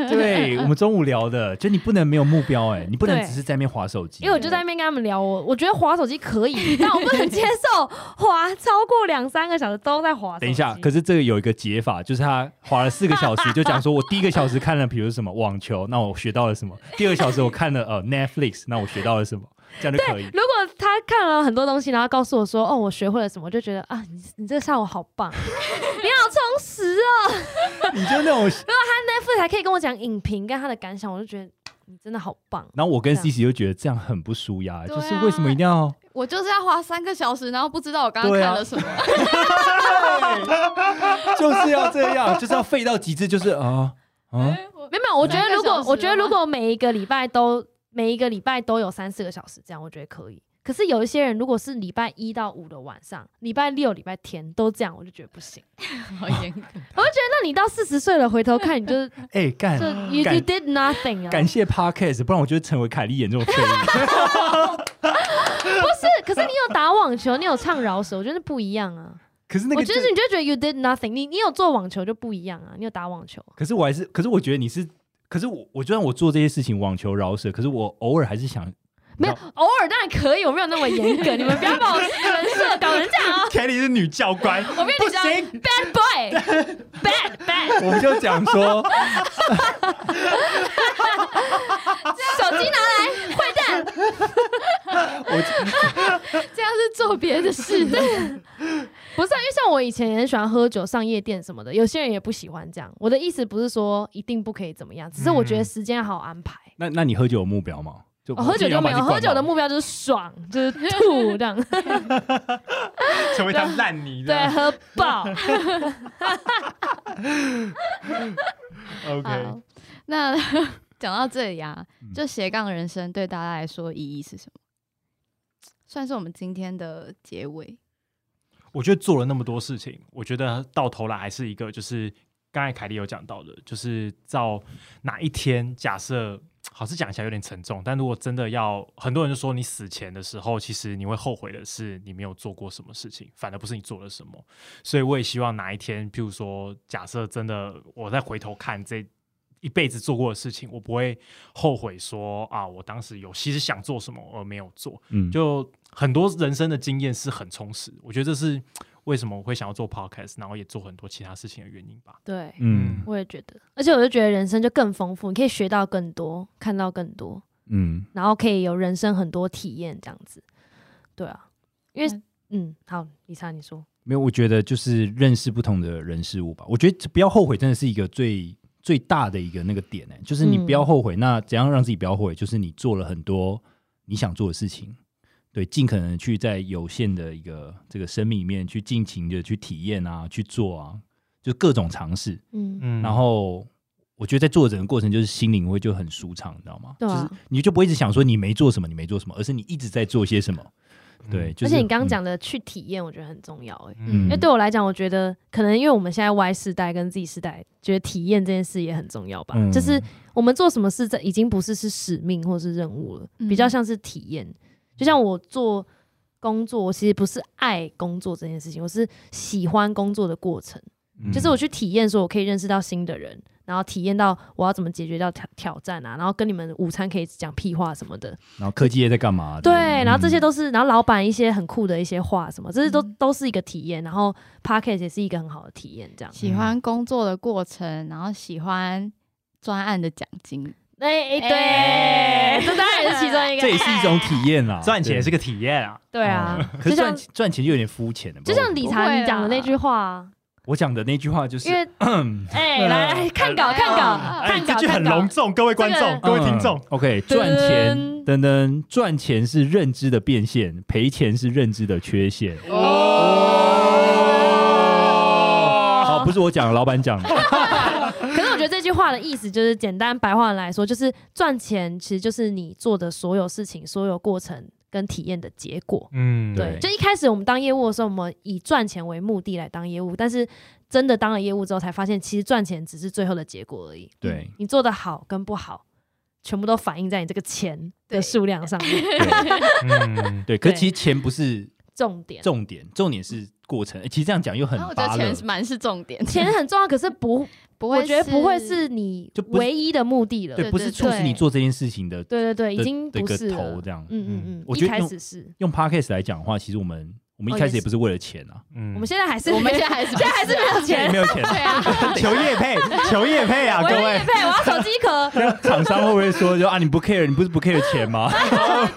对我们中午聊的，就你不能没有目标，哎，你不能对只是在那边划手机，因为我就在那边跟他们聊，我我觉得滑手机可以，但我不能接受 滑超过两三个小时都在滑手机。等一下，可是这个有一个解法，就是他花了四个小时，就讲说我第一个小时看了，比如什么网球，那我学到了什么；第二个小时我看了 呃 Netflix，那我学到了什么，这样就可以。如果他看了很多东西，然后告诉我说：“哦，我学会了什么？”我就觉得啊，你你这个下午好 棒，你好充实哦。 你就那种， Netflix 还可以跟我讲影评跟他的感想，我就觉得嗯你真的好棒。然后我跟这样 C C 就觉得这样很不舒压，对就啊是为什么一定 要？我就是要花三个小时，然后不知道我刚刚对啊看了什么。就是要这样，就是要废到极致，就是啊啊，没有没有，我觉得如三个小时啊果了吗我觉得如果每一个礼拜都每一个礼拜都有三四个小时这样，我觉得可以。可是有一些人，如果是礼拜一到五的晚上，礼拜六、礼拜天都这样，我就觉得不 行。好严格。我就觉得，那你到四十岁了，回头看你就是哎 干就 you you 感 did nothing 啊。感谢 Podcast，不然我就会成为凯莉眼这种废 物。不是，可是你有打网球，你有唱饶舌，我觉得不一样啊。可是那我个觉就，得你就觉得 you did nothing，你你有做网球就不一样啊，你有打网球，可是我还是，可是我觉得你是可是我我就算我做这些事情网球饶舌，可是我偶尔还是 想没有，偶尔当然可以，我没有那么严格，你们不 要把我人设搞成这样啊！ ，Kelly 是女教官，我变不成叫 bad boy，bad bad， 我们就讲说，手机拿来，这样是做别的事。 不是啊、因为像我以前也很喜欢喝酒、上夜店什么的，有些人也不喜欢这样。我的意思不是说一定不可以怎么样，只是我嗯觉得时间好安排。那那你喝酒有目标吗？就哦、喝酒就没有，喝酒的目标就是爽， 就是吐这样，成为一滩烂泥对，喝 爆。，OK，好，那 讲到这里啊，嗯就斜杠人生对大家来说意义是什么？算是我们今天的结尾。我觉得做了那么多事情，我觉得到头来还是一个，就是刚才凯莉有讲到的，就是到哪一天，假设好是讲起来有点沉重，但如果真的要，很多人就说你死前的时候，其实你会后悔的是你没有做过什么事情，反而不是你做了什么。所以我也希望哪一天，譬如说，假设真的我再回头看这。一辈子做过的事情，我不会后悔说啊，我当时有其实想做什么而没有做，嗯，就就很多人生的经验是很充实，我觉得这是为什么我会想要做 podcast，然后也做很多其他事情的原因吧。对，嗯我也觉得，而且我就觉得人生就更丰富，你可以学到更多，看到更多，嗯，然后可以有人生很多体验这样子。对啊，因为嗯嗯，好，李莎你说，没有，我觉得就是认识不同的人事物吧。我觉得不要后悔，真的是一个最最大的一个那个点呢、就是你不要后悔。那怎样让自己不要后悔？就是你做了很多你想做的事情，对，尽可能去在有限的一个这个生命里面去尽情的去体验啊，去做啊，就各种尝试。嗯，嗯然后我觉得在做整个过程，就是心灵会就很舒畅，你知道吗？对啊就是你就不会一直想说你没做什么，你没做什么，而是你一直在做些什么。嗯对，，就而是嗯且你刚刚，讲的去体验，我觉得很重要、欸，嗯因为对我来讲，我觉得可能因为我们现在 Y 世代跟 Z 世代，觉得体验这件事也很重要吧。嗯就是我们做什么事，这已经不是是使命或是任务了，嗯比较像是体验。就像我做工作，我其实不是爱工作这件事情，我是喜欢工作的过程。嗯就是我去体验，说我可以认识到新的人，然后体验到我要怎么解决掉 挑挑战啊，然后跟你们午餐可以讲屁话什么的。然后科技业在干嘛？对，啊嗯然后这些都是，然后老板一些很酷的一些话什么，这些都、嗯都是一个体验，然后 p o c k e t 也是一个很好的体验，这样。嗯喜欢工作的过程，然后喜欢专案的奖金。哎哎、哎 对，这当然也是其中一个。这也是一种体验 啦，赚钱也对是个体验啊。对啊，可就是赚像赚钱就有点肤浅了。就像理我不查会你讲的啦那句话、啊，我讲的那句话就是 因，为哎、来来看稿看稿哎啊看稿这句看很稿隆，重，各位观这众个，各位听众嗯，，OK，赚钱等等，赚钱是认知的变现，赔钱是认知的缺陷。嗯哦，哦，不是我讲，老板讲 的。可是我觉得这句话的意思就是简单白话来说，就是赚钱其实就是你做的所有事情、所有过程跟体验的结果。嗯，对，对 就一开始我们当业务的时候，我们以赚钱为目的来当业务，但是真的当了业务之后，才发现其实赚钱只是最后的结果而已。对你做的好跟不好，全部都反映在你这个钱的对数量上 面。对嗯，对，可是其实钱不是重点，重点，重点嗯是过程。欸其实这样讲又很然啊后我觉得巴乐钱，是蛮是重点，钱很重要，可是不，不会，我觉得不会。是你就不是唯一的目的了。对，对不是对促使对你做这件事情的对对对，已的经的一不个是了头这样。嗯嗯嗯，我觉一得开用始是，用 podcast 来讲的话，其实我们我们一哦开也始也是不是为了钱啊，嗯我们现在还是我们现在还是 现在还是没有也钱没。有 钱。对啊，求业配，求业配啊，我各要位免，费，我要手机壳。 厂商会不会说就啊你不 care，你不是不 care 钱 吗？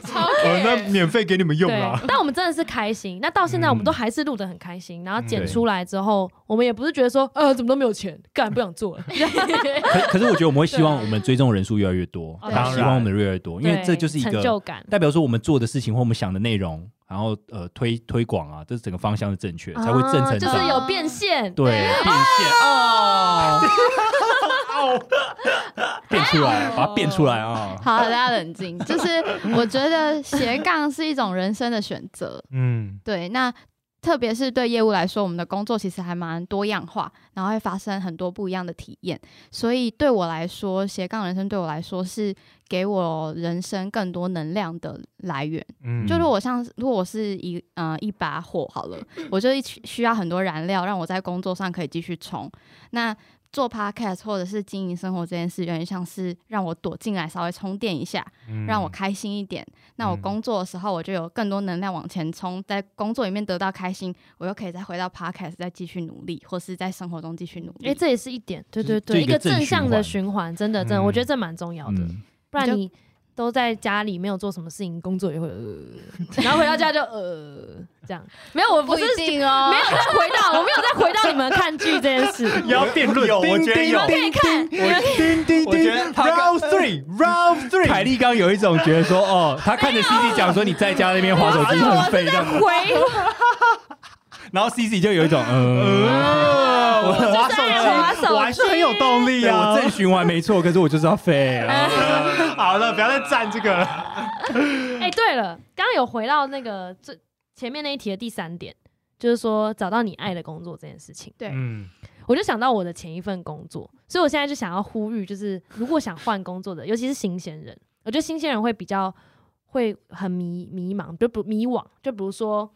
超呃，那免费给你们用对，啊啦。但我们真的是开心。那到现在我们嗯都还是录得很开心，然后剪对出来之后，我们也不是觉得说，呃，怎么都没有钱，干不想做了。可可是我觉得我们会希望我们追踪人数越来越多，哦然后当希望然我们的越来越多， 因为对这就是一成个就感。代表说我们做的事情或我们想的内容，然后呃推推广啊，这整个方向是正确，才会正成哦啊就长。是有变现。对变现哦，哦 变出来，把它变出来啊！好，大家冷静。就是我觉得斜杠是一种人生的选择，嗯，对，那特别是对业务来说，我们的工作其实还蛮多样化，然后会发生很多不一样的体验。所以对我来说，斜杠人生对我来说是给我人生更多能量的来源。嗯就如果像如果我是一呃一把火好了，我就一需需要很多燃料，让我在工作上可以继续冲。那做 podcast 或者是经营生活这件事，有点像是让我躲进来稍微充电一下，嗯让我开心一点。那我嗯工作的时候，我就有更多能量往前冲，在工作里面得到开心，我又可以再回到 podcast 再继续努力，或是在生活中继续努力。哎，这也是一点，对就对是对，就一一个个正正循向的环循环，真的真的，嗯我觉得这蛮重要的，嗯，不你然就你都在家里没有做什么事情，工作也会呃，然后回到家就呃这样， 没有，我不是定哦没有再回到，我没有再回到你们看剧这件事。要辩论，有我觉得有叮看，叮叮我觉得叮他 round three round 凯 three，莉刚有一种觉得说，哦，她看着 C C 讲说你在家那边划手机很废这样子，回然后 C C 就有一种，嗯， 哦，我划手机划手机我还是很有动力对啊。我正循环没错，可是我就是要废啊。 好了，不要再站这个了。哎、对了，刚刚有回到那个最前面那一题的第三点，就是说找到你爱的工作这件事情，对嗯，我就想到我的前一份工作，所以我现在就想要呼吁，就是如果想换工作的，尤其是新鲜人，我觉得新鲜人会比较会很迷迷茫，就不迷惘，就比如说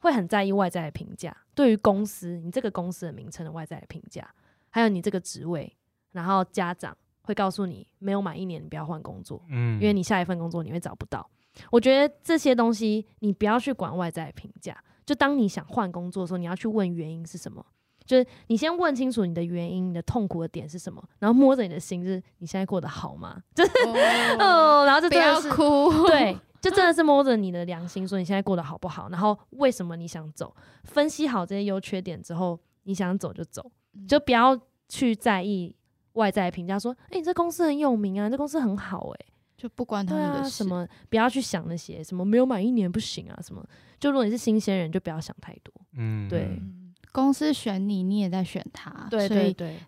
会很在意外在的评价，对于公司你这个公司的名称的外在的评价，还有你这个职位，然后家长会告诉你没有满一年你不要换工作，嗯因为你下一份工作你会找不到。我觉得这些东西你不要去管外在的评价，就当你想换工作的时候，你要去问原因是什么。就是你先问清楚你的原因，你的痛苦的点是什么，然后摸着你的心，就是你现在过得好吗？就是 哦，然后这不真要的是哭， 对，就真的是摸着你的良心说你现在过得好不好，然后为什么你想走，分析好这些优缺点之后，你想走就走，嗯就不要去在意外在的评价，说哎、你这公司很有名啊，你这公司很好哎、就不关他对们啊，的事。什么不要去想那些什么没有满一年不行啊，什么就如果你是新鲜人，就不要想太多。嗯对嗯公司选你，你也在选他，所以对，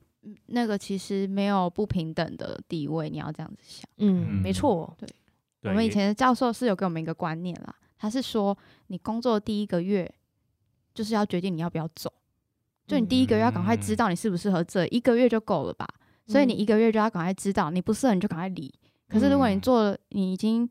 那个其实没有不平等的地位，你要这样子想。嗯，没嗯错，对我们以前的教授是有给我们一个观念啦，他是说你工作第一个月就是要决定你要不要走，就你第一个月要赶快嗯知道你适不适合这，一个月就够了吧？所以你一个月就要赶快知道你不适合，你就赶快离。可是如果你嗯做了，你已经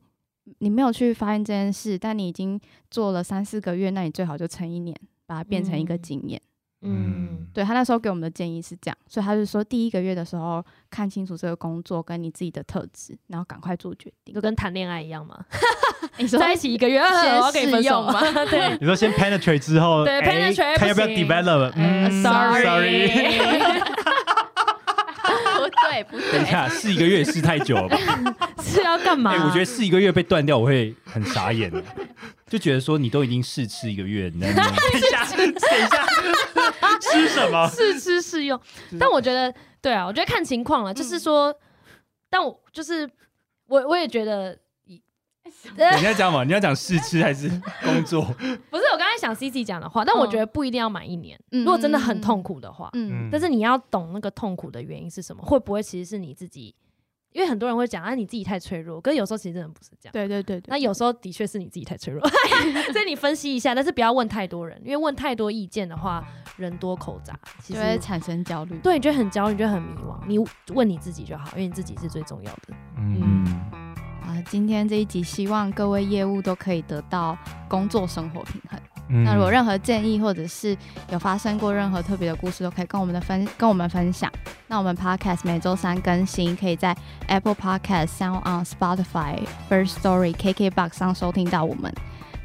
你没有去发现这件事，但你已经做了三四个月，那你最好就撑一年，把它变成一个嗯经验。嗯，对他那时候给我们的建议是这样，所以他就说第一个月的时候看清楚这个工作跟你自己的特质，然后赶快做决定嗯就。跟谈恋爱一样 嘛，你说在一起一个月，啊我要跟你分手嘛？嘛，对。 你说先 penetrate 之后，对哎 penetrate 看要不要不行 develop。呃哎嗯 sorry ，sorry， 不对，不等一对，下，试一个月也试太久了吧？是要干嘛？哎，我觉得试一个月被断掉，我会很傻眼的，就觉得说你都已经试吃一个月，你在那边 等一下，等一下，吃什么？试吃 试用，但我觉得对啊，我觉得看情况了，就是说，但我就是我我也觉得。你要讲嘛？你要讲试吃还是工作？不是我刚才想 C C 讲的话，但我嗯觉得不一定要满一年。嗯如果真的很痛苦的话，嗯，但是你要懂那个痛苦的原因是什么，会不会其实是你自己？因为很多人会讲啊，你自己太脆弱，可是有时候其实真的不是这样。对对对对，那有时候的确是你自己 太脆弱，所以你分析一下，但是不要问太多人，因为问太多意见的话，人多口杂，其就会实产生焦虑。对你就会很焦虑，你就会很迷惘。你问你自己就好，因为你自己是最重要的。嗯，嗯，啊，今天这一集希望各位业务都可以得到工作生活平衡。嗯那如果任何建议或者是有发生过任何特别的故事，都可以跟我们的分跟我们分享。那我们 Podcast 每周三更新，可以在 Apple Podcast、Sound on、Spotify、First Story、KKBox 上收听到我们。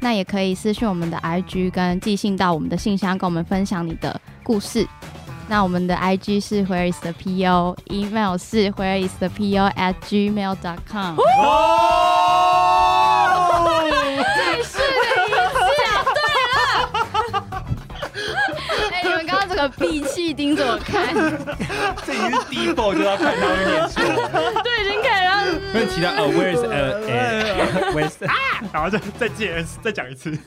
那也可以私讯我们的 IG 跟寄信到我们的信箱，跟我们分享你的故事。那我们的 IG 是 Where is the PO，email 是 Where is the PO at gmail dot com。哦， 哎、你们刚刚这个闭气盯着我看，这已经是第一步就要看他会念错了。 对，已经可以了。嗯那其他呃，where's 呃啊 where's 然后就再见，再讲一次，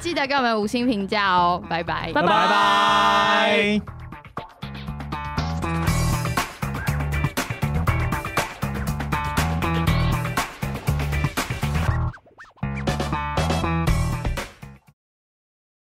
记得给我们五星评价哦，拜拜，拜拜拜。